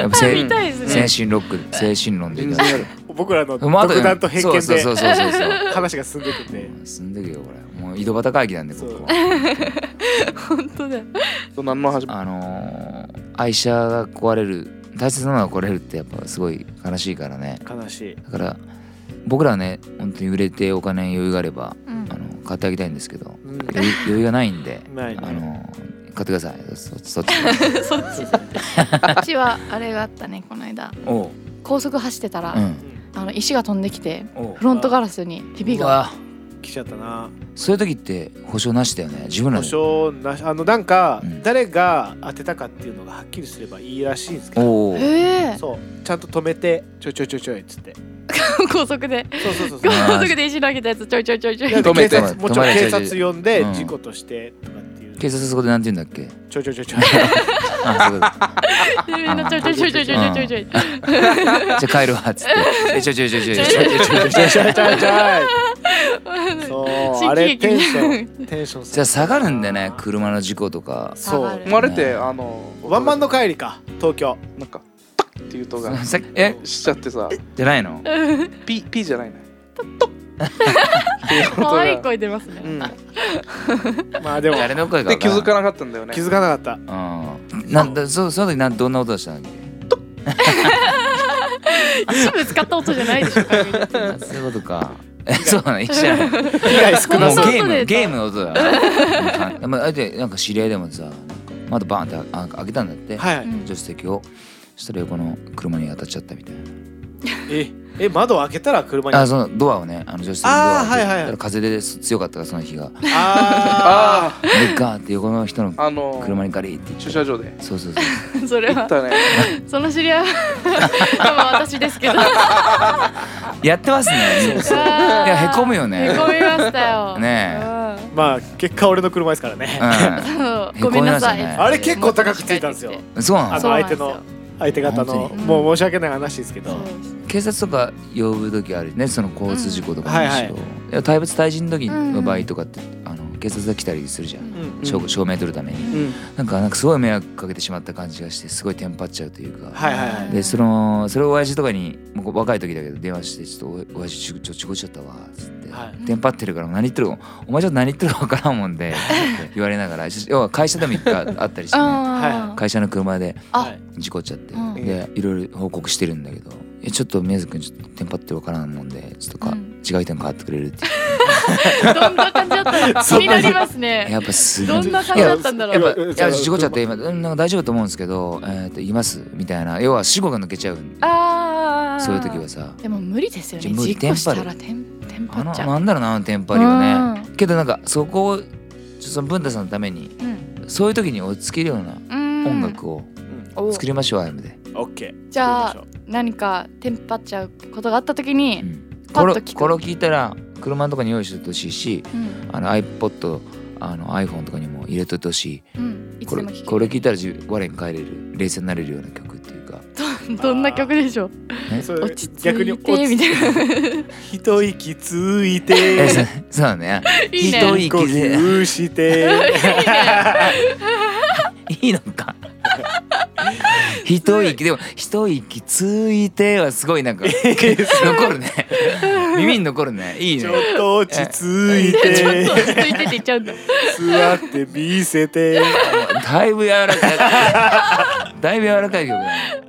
Speaker 2: やっぱせ
Speaker 5: 見たいですね
Speaker 2: 精神ロック精神論で
Speaker 4: 全
Speaker 2: い
Speaker 4: 然
Speaker 2: ただい
Speaker 4: や
Speaker 2: て
Speaker 4: る
Speaker 3: 僕らの独
Speaker 2: まああとね
Speaker 3: 断と偏見
Speaker 2: そうそう
Speaker 3: で
Speaker 2: そうそう
Speaker 3: [LAUGHS]
Speaker 2: そう
Speaker 3: 話が進んでいくんで。
Speaker 2: 住んでるよこれもう井戸端会議なんでこ
Speaker 3: そう
Speaker 2: こは
Speaker 5: 本当だよ
Speaker 4: そう何の始ま
Speaker 2: あのー、愛車が壊れる大切なのが壊れるってやっぱすごい悲しいからね
Speaker 3: 悲しい。
Speaker 2: だから僕らはね本当に売れてお金に余裕があれば
Speaker 5: うん
Speaker 2: あの買ってあげたいんですけど
Speaker 3: うん
Speaker 2: 余裕余裕がないんで
Speaker 3: ないね
Speaker 2: あのー、買ってくださいそ [LAUGHS] そっち
Speaker 5: そっちだってうちはあれがあったねこの間
Speaker 2: おう
Speaker 5: 高速走ってたら、
Speaker 2: うん
Speaker 5: あの石が飛んできて
Speaker 2: おう
Speaker 5: フロントガラスにひび
Speaker 2: う
Speaker 5: が
Speaker 2: わ
Speaker 3: 来ちゃったな。
Speaker 2: そういう時って保証なしだよね自分ら
Speaker 3: 保
Speaker 2: で
Speaker 3: 証なしあのなんか
Speaker 2: うん
Speaker 3: 誰が当てたかっていうのがはっきりすればいいらしいんですけど。
Speaker 2: おお
Speaker 5: ええ
Speaker 3: そうちゃんと止めてちょいちょいちょいちょいっつって。
Speaker 5: 高速で
Speaker 3: そうそうそうそ
Speaker 5: 高
Speaker 3: う。
Speaker 5: 速で石投げたやつちょいちょいちょいちょい
Speaker 3: いや
Speaker 4: 止めて
Speaker 3: 警察もちろん
Speaker 2: 止めて
Speaker 3: 警察呼んで
Speaker 2: うん
Speaker 3: 事故としてとかっていう。
Speaker 2: 警察はそこでなんて言うんだっけ
Speaker 3: ちょいちょいちょいちょい。
Speaker 2: あそういうこと
Speaker 5: [LAUGHS] みんなちょいちょいちょいちょいちょいちょいちょい
Speaker 2: じゃあ帰るわっつって。えちょいちょいちょいちょいちょいちょいちょいちょい
Speaker 3: ちょいちょいちょいちょい。そうあれ
Speaker 5: 新喜劇
Speaker 3: テンションテンションする
Speaker 2: じゃあ下がるんだよね車の事故とか
Speaker 3: そ
Speaker 5: 下が
Speaker 3: う
Speaker 5: る
Speaker 4: る生まれてあの
Speaker 3: ワンマンの帰りか東京
Speaker 4: なんかパッっていう音が
Speaker 2: さえ
Speaker 4: しちゃってさ
Speaker 2: じゃないの
Speaker 4: ピピじゃないね
Speaker 5: 可愛い声出ますね、
Speaker 4: うん
Speaker 3: まあでも
Speaker 2: 誰の声か
Speaker 4: で
Speaker 2: 分
Speaker 4: 気づ
Speaker 2: か
Speaker 4: かなかったんだよね
Speaker 3: 気づかなかっ
Speaker 2: らんうんなんだそその時なんどんな音したんだっ
Speaker 5: 一部使った音じゃないでしょ
Speaker 2: けそういうことか [LAUGHS] そうなの一緒じゃ
Speaker 5: [LAUGHS]
Speaker 2: ないもう
Speaker 3: 被害少
Speaker 5: この
Speaker 3: な
Speaker 5: 音
Speaker 3: そう
Speaker 5: で
Speaker 2: ゲーム
Speaker 5: 言った
Speaker 2: ゲームの音だなうん [LAUGHS] まあでなんか知り合いでもさなんか窓バーンってあ開けたんだって
Speaker 3: は
Speaker 5: う
Speaker 3: い
Speaker 5: ん
Speaker 2: 助手席をそしたら横の車に当たっちゃったみたいな
Speaker 3: ええ窓を開けたら車に
Speaker 2: あそのドアをねあの助手席のドアを開け
Speaker 3: あーはいはい
Speaker 2: たら風です強かったからその日がで
Speaker 3: あ
Speaker 4: あ
Speaker 2: ガーって横の人の
Speaker 4: ああのー
Speaker 2: 車にガリって行っ
Speaker 3: [LAUGHS]
Speaker 4: 駐
Speaker 2: ちゃ
Speaker 4: 車
Speaker 2: う
Speaker 4: 場で
Speaker 2: そうそうそう
Speaker 5: それ
Speaker 4: 行っ
Speaker 5: は
Speaker 4: たね
Speaker 5: その知り合い
Speaker 3: [LAUGHS]
Speaker 5: は多分私ですけど
Speaker 2: やってますね
Speaker 5: うわー
Speaker 2: いやへこむよね
Speaker 5: へこみましたよ
Speaker 2: ね
Speaker 3: ーまあ結果俺の車ですからね
Speaker 2: う
Speaker 5: うんごめんなさい
Speaker 2: へこみましたね
Speaker 3: あれ結構高くついたんですよ
Speaker 2: んそうな
Speaker 3: あの
Speaker 2: の
Speaker 5: そうなん
Speaker 3: 相
Speaker 5: です
Speaker 3: 手
Speaker 5: よ
Speaker 3: の相手方
Speaker 2: 本
Speaker 3: の
Speaker 2: 当
Speaker 5: に
Speaker 3: もう申し訳ない話ですけど
Speaker 5: そう
Speaker 2: 警察とか呼ぶ時あるねその交通事故とか
Speaker 3: うん
Speaker 2: の話を、
Speaker 3: はい
Speaker 2: いや対物対人の時の場合とかって、あの警察が来たりするじゃん、
Speaker 5: う
Speaker 3: うん
Speaker 2: 証証明取るために
Speaker 4: うん
Speaker 2: なんかなんかすごい迷惑かけてしまった感じがしてすごいテンパっちゃうというか、
Speaker 3: はいはいはい
Speaker 2: でそのそれを親父とかにもう若い時だけど電話して「ちょっとお親父ちょちょ事故っちゃったわ」っつって、
Speaker 3: はい
Speaker 2: テンパってるから何言ってるお前ちょっと何言ってるか分からんもん
Speaker 3: [LAUGHS]
Speaker 2: で」って言われながら要は会社でも一回あったりして、ね、
Speaker 5: あー
Speaker 2: 会社の車で
Speaker 5: あ
Speaker 3: はい
Speaker 2: 事故っちゃって、
Speaker 5: うん
Speaker 2: でいろいろ報告してるんだけど「えちょっと宮崎君ちょっとテンパって分からんもんでちょっとか、
Speaker 5: うん
Speaker 2: 違う人に変わってくれ
Speaker 5: [LAUGHS]
Speaker 2: る」って言っ
Speaker 5: どんな感じだったの気になります
Speaker 2: て
Speaker 5: ね
Speaker 2: やっぱすごい
Speaker 5: どんな感じだったんだろ
Speaker 2: やっ
Speaker 5: う
Speaker 2: ぱいや事故っちゃって今うんなんか大丈夫だと思うんですけど、えー、といますみたいな要は死後が抜けちゃうん
Speaker 5: ああ
Speaker 2: そういう時はさ
Speaker 5: でも無理ですよね
Speaker 2: 無理
Speaker 5: 事故したらテンテンパ
Speaker 2: あの
Speaker 5: っちゃう
Speaker 2: なんだろうなあのテンパりはね
Speaker 5: う
Speaker 2: けどなんかそこをちょっとその文太さんのために
Speaker 5: うん
Speaker 2: そういう時に落ち着けるような
Speaker 5: うん
Speaker 2: 音楽を
Speaker 5: お
Speaker 2: 作りましょう AM で、
Speaker 3: オッケー
Speaker 5: じゃあ何かテンパっちゃうことがあった時
Speaker 2: う
Speaker 5: に、
Speaker 2: ん、
Speaker 5: パ
Speaker 2: これ
Speaker 5: ッ
Speaker 2: を
Speaker 5: と聞く
Speaker 2: これを聞いたら車のとこに用意してほしいし
Speaker 5: うん
Speaker 2: あの iPod あの iPhone とかにも入れといてほし
Speaker 5: うん、い
Speaker 2: い
Speaker 5: つ
Speaker 2: こ
Speaker 5: で
Speaker 2: れ
Speaker 5: も聴ける
Speaker 2: これ聞いたら自我に帰れる冷静になれるような曲っていうか
Speaker 5: どんな曲でしょう
Speaker 3: それ
Speaker 5: 落ち着
Speaker 3: 逆に
Speaker 5: いてみたいな
Speaker 3: [LAUGHS] 一息つい
Speaker 2: えそ
Speaker 3: て
Speaker 2: [LAUGHS] そうだね
Speaker 5: [LAUGHS] いいね
Speaker 2: ひどい
Speaker 3: 一呼
Speaker 2: [LAUGHS]
Speaker 3: 吸して
Speaker 2: いいのか。 [LAUGHS] 一息でも一息ついてはすごい
Speaker 3: [LAUGHS]
Speaker 2: なんか残るね耳に残るねいい
Speaker 3: ち
Speaker 2: ね
Speaker 3: ょっと落ち着い
Speaker 5: [LAUGHS] ちょっと落
Speaker 3: て
Speaker 5: ち着いてって言っちゃうんだ
Speaker 3: 座って見せて
Speaker 2: だいぶ柔らかいだいぶ柔らかい曲だね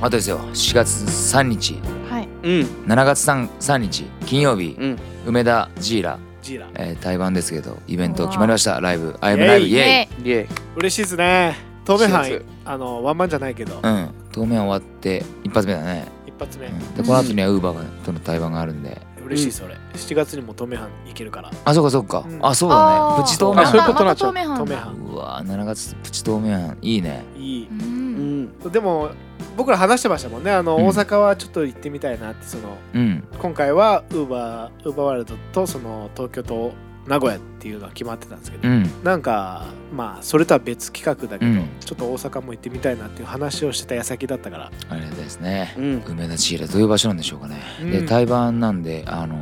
Speaker 2: あとですよ4月3日
Speaker 5: はい
Speaker 4: うん
Speaker 2: 7月 3, 3日金曜日、
Speaker 4: うん
Speaker 2: 梅田ジーラ
Speaker 3: ジーラ
Speaker 2: えー、対バンですけどイベン
Speaker 5: う
Speaker 2: ト
Speaker 5: わ
Speaker 2: 決まりましたライブ「アイムライブイエイ
Speaker 5: ね
Speaker 4: イエイ
Speaker 3: 嬉しいですね透明
Speaker 4: 4
Speaker 3: 杯
Speaker 4: 月
Speaker 3: あのワンマンじゃないけど
Speaker 2: うん当面終わって一発目だね、
Speaker 3: 一発目
Speaker 2: うんでこの後にはウーバーとの対バンがあるんで
Speaker 3: 嬉しいそれ7月にも透明杯行けるから
Speaker 2: あそうかそうか、
Speaker 3: うん
Speaker 2: あそうだ
Speaker 5: あー
Speaker 2: ねプチ透明
Speaker 4: あそういう
Speaker 2: 版
Speaker 4: ことになっちゃう
Speaker 5: また
Speaker 3: 透
Speaker 5: 透明
Speaker 3: 明
Speaker 5: 版
Speaker 3: 杯
Speaker 2: うわー7月プチ透明版いいね
Speaker 3: いいう
Speaker 4: うんん
Speaker 3: でも僕ら話してましたもんねあの
Speaker 2: うん
Speaker 3: 大阪はちょっと行ってみたいなってその
Speaker 2: うん
Speaker 3: 今回はウーバーウーバーワールドとその東京と名古屋っていうのは決まってたんですけど、
Speaker 2: うん
Speaker 3: なんかまあそれとは別企画だけど、
Speaker 2: うん
Speaker 3: ちょっと大阪も行ってみたいなっていう話をしてた矢先だったから
Speaker 2: ありがたいですね
Speaker 4: うん
Speaker 2: 梅田ジーラどういう場所なんでしょうかね、
Speaker 3: うん
Speaker 2: で対バンなんであのー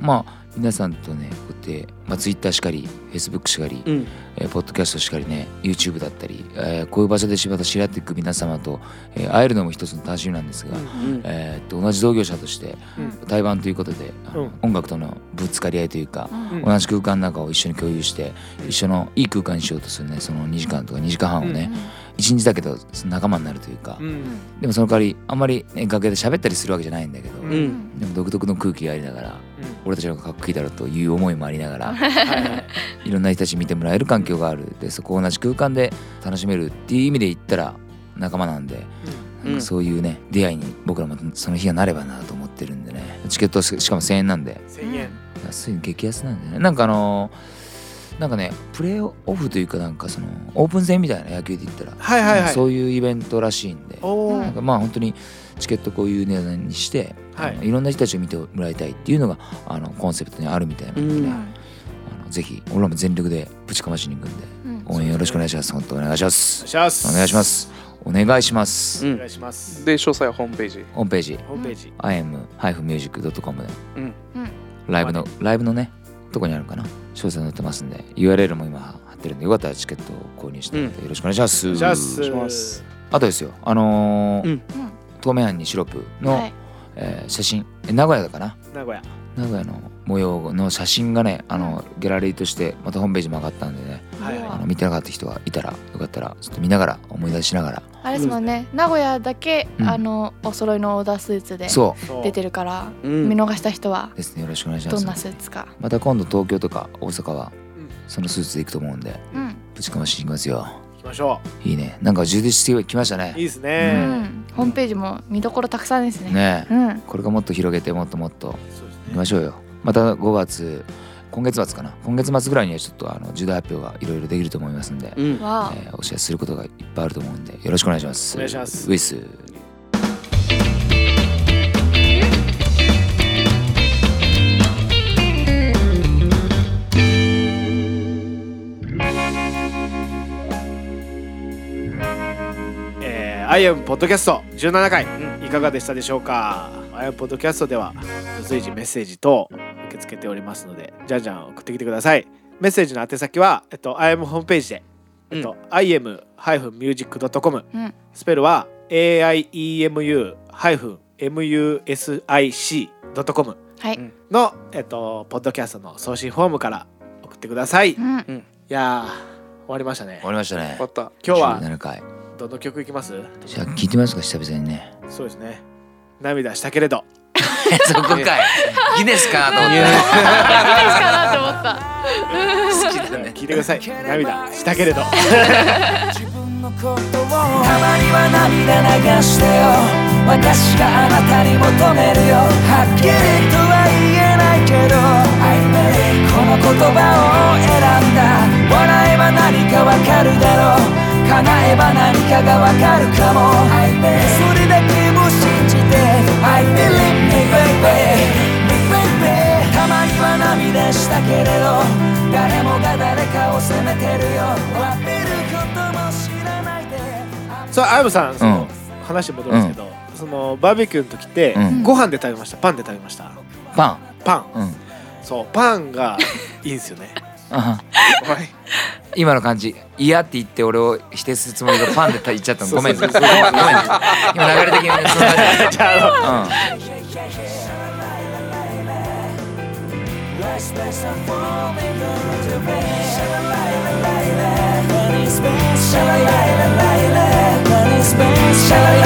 Speaker 2: まあ皆さんとねこうやって、まあ、Twitter しかり Facebook しかり、
Speaker 4: うん
Speaker 2: えーポッドキャストしかりね YouTube だったり、えーこういう場所でまた知り合っていく皆様と、えー会えるのも一つの楽しみなんですが、
Speaker 4: うん
Speaker 2: えーっと同じ同業者として
Speaker 3: うん
Speaker 2: 対バンということで、あの
Speaker 3: うん
Speaker 2: 音楽とのぶつかり合いというか、
Speaker 3: うん
Speaker 2: 同じ空間の中を一緒に共有して、
Speaker 3: うん
Speaker 2: 一緒のいい空間にしようとするねその2時間とか2時間半をね、一日だけど仲間になるというか、
Speaker 3: うん
Speaker 2: でもその代わりあんまり、ね、楽屋で喋ったりするわけじゃないんだけど、
Speaker 3: う
Speaker 4: うんん
Speaker 2: でも独特の空気がありながら俺たちの方がかっこいいだろうという思いもありながら。
Speaker 3: はいはい
Speaker 2: [LAUGHS] いろんな人たちに見てもらえる環境があるでそこを同じ空間で楽しめるっていう意味で言ったら仲間なんで、
Speaker 4: うん
Speaker 2: なんかそういうね出会いに僕らもその日がなればなと思ってるんでねチケットししかも1,000円なんで
Speaker 3: 1000円、
Speaker 2: 安い激安なんでねなんかあのーなんかねプレーオフというかなんかそのオープン戦みたいな野球で言ったら、
Speaker 3: はいはいはい
Speaker 2: そういうイベントらしいんで
Speaker 3: おお、
Speaker 2: なんかまあ本当にチケットこういう値段にして、
Speaker 3: はい
Speaker 2: あのいろんな人たちを見てもらいたいっていうのがあのコンセプトにあるみたいなんでね、
Speaker 4: うん
Speaker 2: あのぜひ俺らも全力でぶちかましに行くんで
Speaker 5: うん
Speaker 2: 応援よろしくお願いします本当お願いしま
Speaker 3: お願い
Speaker 2: す
Speaker 3: します
Speaker 2: お願いしますお願いします、
Speaker 4: う
Speaker 3: お
Speaker 4: ん
Speaker 3: 願いします
Speaker 4: で詳細はホームページ
Speaker 2: ホームページ
Speaker 3: ホームページ
Speaker 2: im-music.com で、
Speaker 4: うん
Speaker 5: うん
Speaker 2: ライブのライブのねとこにあるかな詳細載ってますんで URL も今貼ってるんでよかったらチケットを購入してもらってよろしくお願いします、
Speaker 3: お願いし
Speaker 4: お願
Speaker 3: ま
Speaker 4: いし
Speaker 3: す
Speaker 2: あとですよあのー
Speaker 4: うん
Speaker 2: 透明版にシロップの、
Speaker 5: はい
Speaker 2: えー写真え名古屋だかな
Speaker 3: 名古屋
Speaker 2: 名古屋の模様の写真がねあのギャラリーとしてまたホームページも上がったんでね、
Speaker 5: い
Speaker 4: はい
Speaker 2: あの見てなかった人はいたらよかったらちょっと見ながら思い出しながら
Speaker 5: あれですもんね名古屋だけ、
Speaker 2: うん
Speaker 5: あのお揃いのオーダースーツで
Speaker 2: そ
Speaker 5: 出てるから、
Speaker 4: う
Speaker 5: 見
Speaker 4: ん
Speaker 5: 逃した人は
Speaker 2: うですねよろしくお願いしま
Speaker 5: どん
Speaker 2: す
Speaker 5: なスーツか
Speaker 2: また今度東京とか大阪は
Speaker 3: ん
Speaker 2: そのスーツで行くと思うんで
Speaker 5: うん、
Speaker 2: ぶちかましに行きますよ
Speaker 3: 行きましょ
Speaker 2: いいねなんか充実してきました
Speaker 3: ういい
Speaker 2: ね
Speaker 3: です
Speaker 5: う
Speaker 3: ね、
Speaker 5: ん、ホームページも見どころたくさんですね
Speaker 2: ねえ
Speaker 5: うん
Speaker 2: これがもっと広げてもっともっと
Speaker 3: そうです
Speaker 2: 行きましょうよまた5月今月末かな今月末ぐらいにはちょっとあの重大発表がいろいろできると思いますんで、
Speaker 4: うん
Speaker 5: わあ、
Speaker 2: えーお知らせすることがいっぱいあると思うんでよろしくお願いします
Speaker 3: お願いします
Speaker 2: ウィス
Speaker 3: えーアイアムポッドキャスト17回、いかがでしたでしょうかアイアムポッドキャストでは随時メッセージ等受け付けておりますのでじゃんじゃん送ってきてくださいメッセージの宛先は、えっと、アイアムホームページで、えっと im-music.com
Speaker 5: うん
Speaker 3: スペルは aiemu-music.com
Speaker 5: はい、
Speaker 3: の、えっと、ポッドキャストの送信フォームから送ってください、
Speaker 5: う
Speaker 3: い
Speaker 5: ん、
Speaker 3: やー終わりましたね
Speaker 2: 終わりましたね
Speaker 4: 終わった
Speaker 3: 今日は
Speaker 2: 17回
Speaker 3: どの曲いきます
Speaker 2: じゃあ聞いてみますか久々にね
Speaker 3: そうですね涙したけれど
Speaker 2: そこかい [LAUGHS] ギネスかと思っ
Speaker 5: いいかなって思った
Speaker 2: た好きだね
Speaker 3: 聞いてください涙したけれど
Speaker 7: 自分のことをたまには涙流してよ私があなたに求めるよはっきりとは言えないけど I believe この言葉を選んだ笑えば何かわかるだろう叶えば何かがわかるかも I believe それだけを信じて I believe me baby me baby たまには涙したけれど誰もが誰かを責めてるよ詫びることも知らないで
Speaker 3: そうあやむさんその、話戻るんですけど、そのバーベキューの時って、
Speaker 2: うん
Speaker 3: ご飯で食べましたパンで食べました
Speaker 2: パン
Speaker 3: パン
Speaker 2: うん
Speaker 3: そうパンがいいんですよね
Speaker 2: あは今の感じ嫌って言って俺を否定するつもりがパンで言っちゃったのごめんごめんごめん今流れ的にそんな感じ
Speaker 3: じゃあ
Speaker 2: うん
Speaker 7: シャララ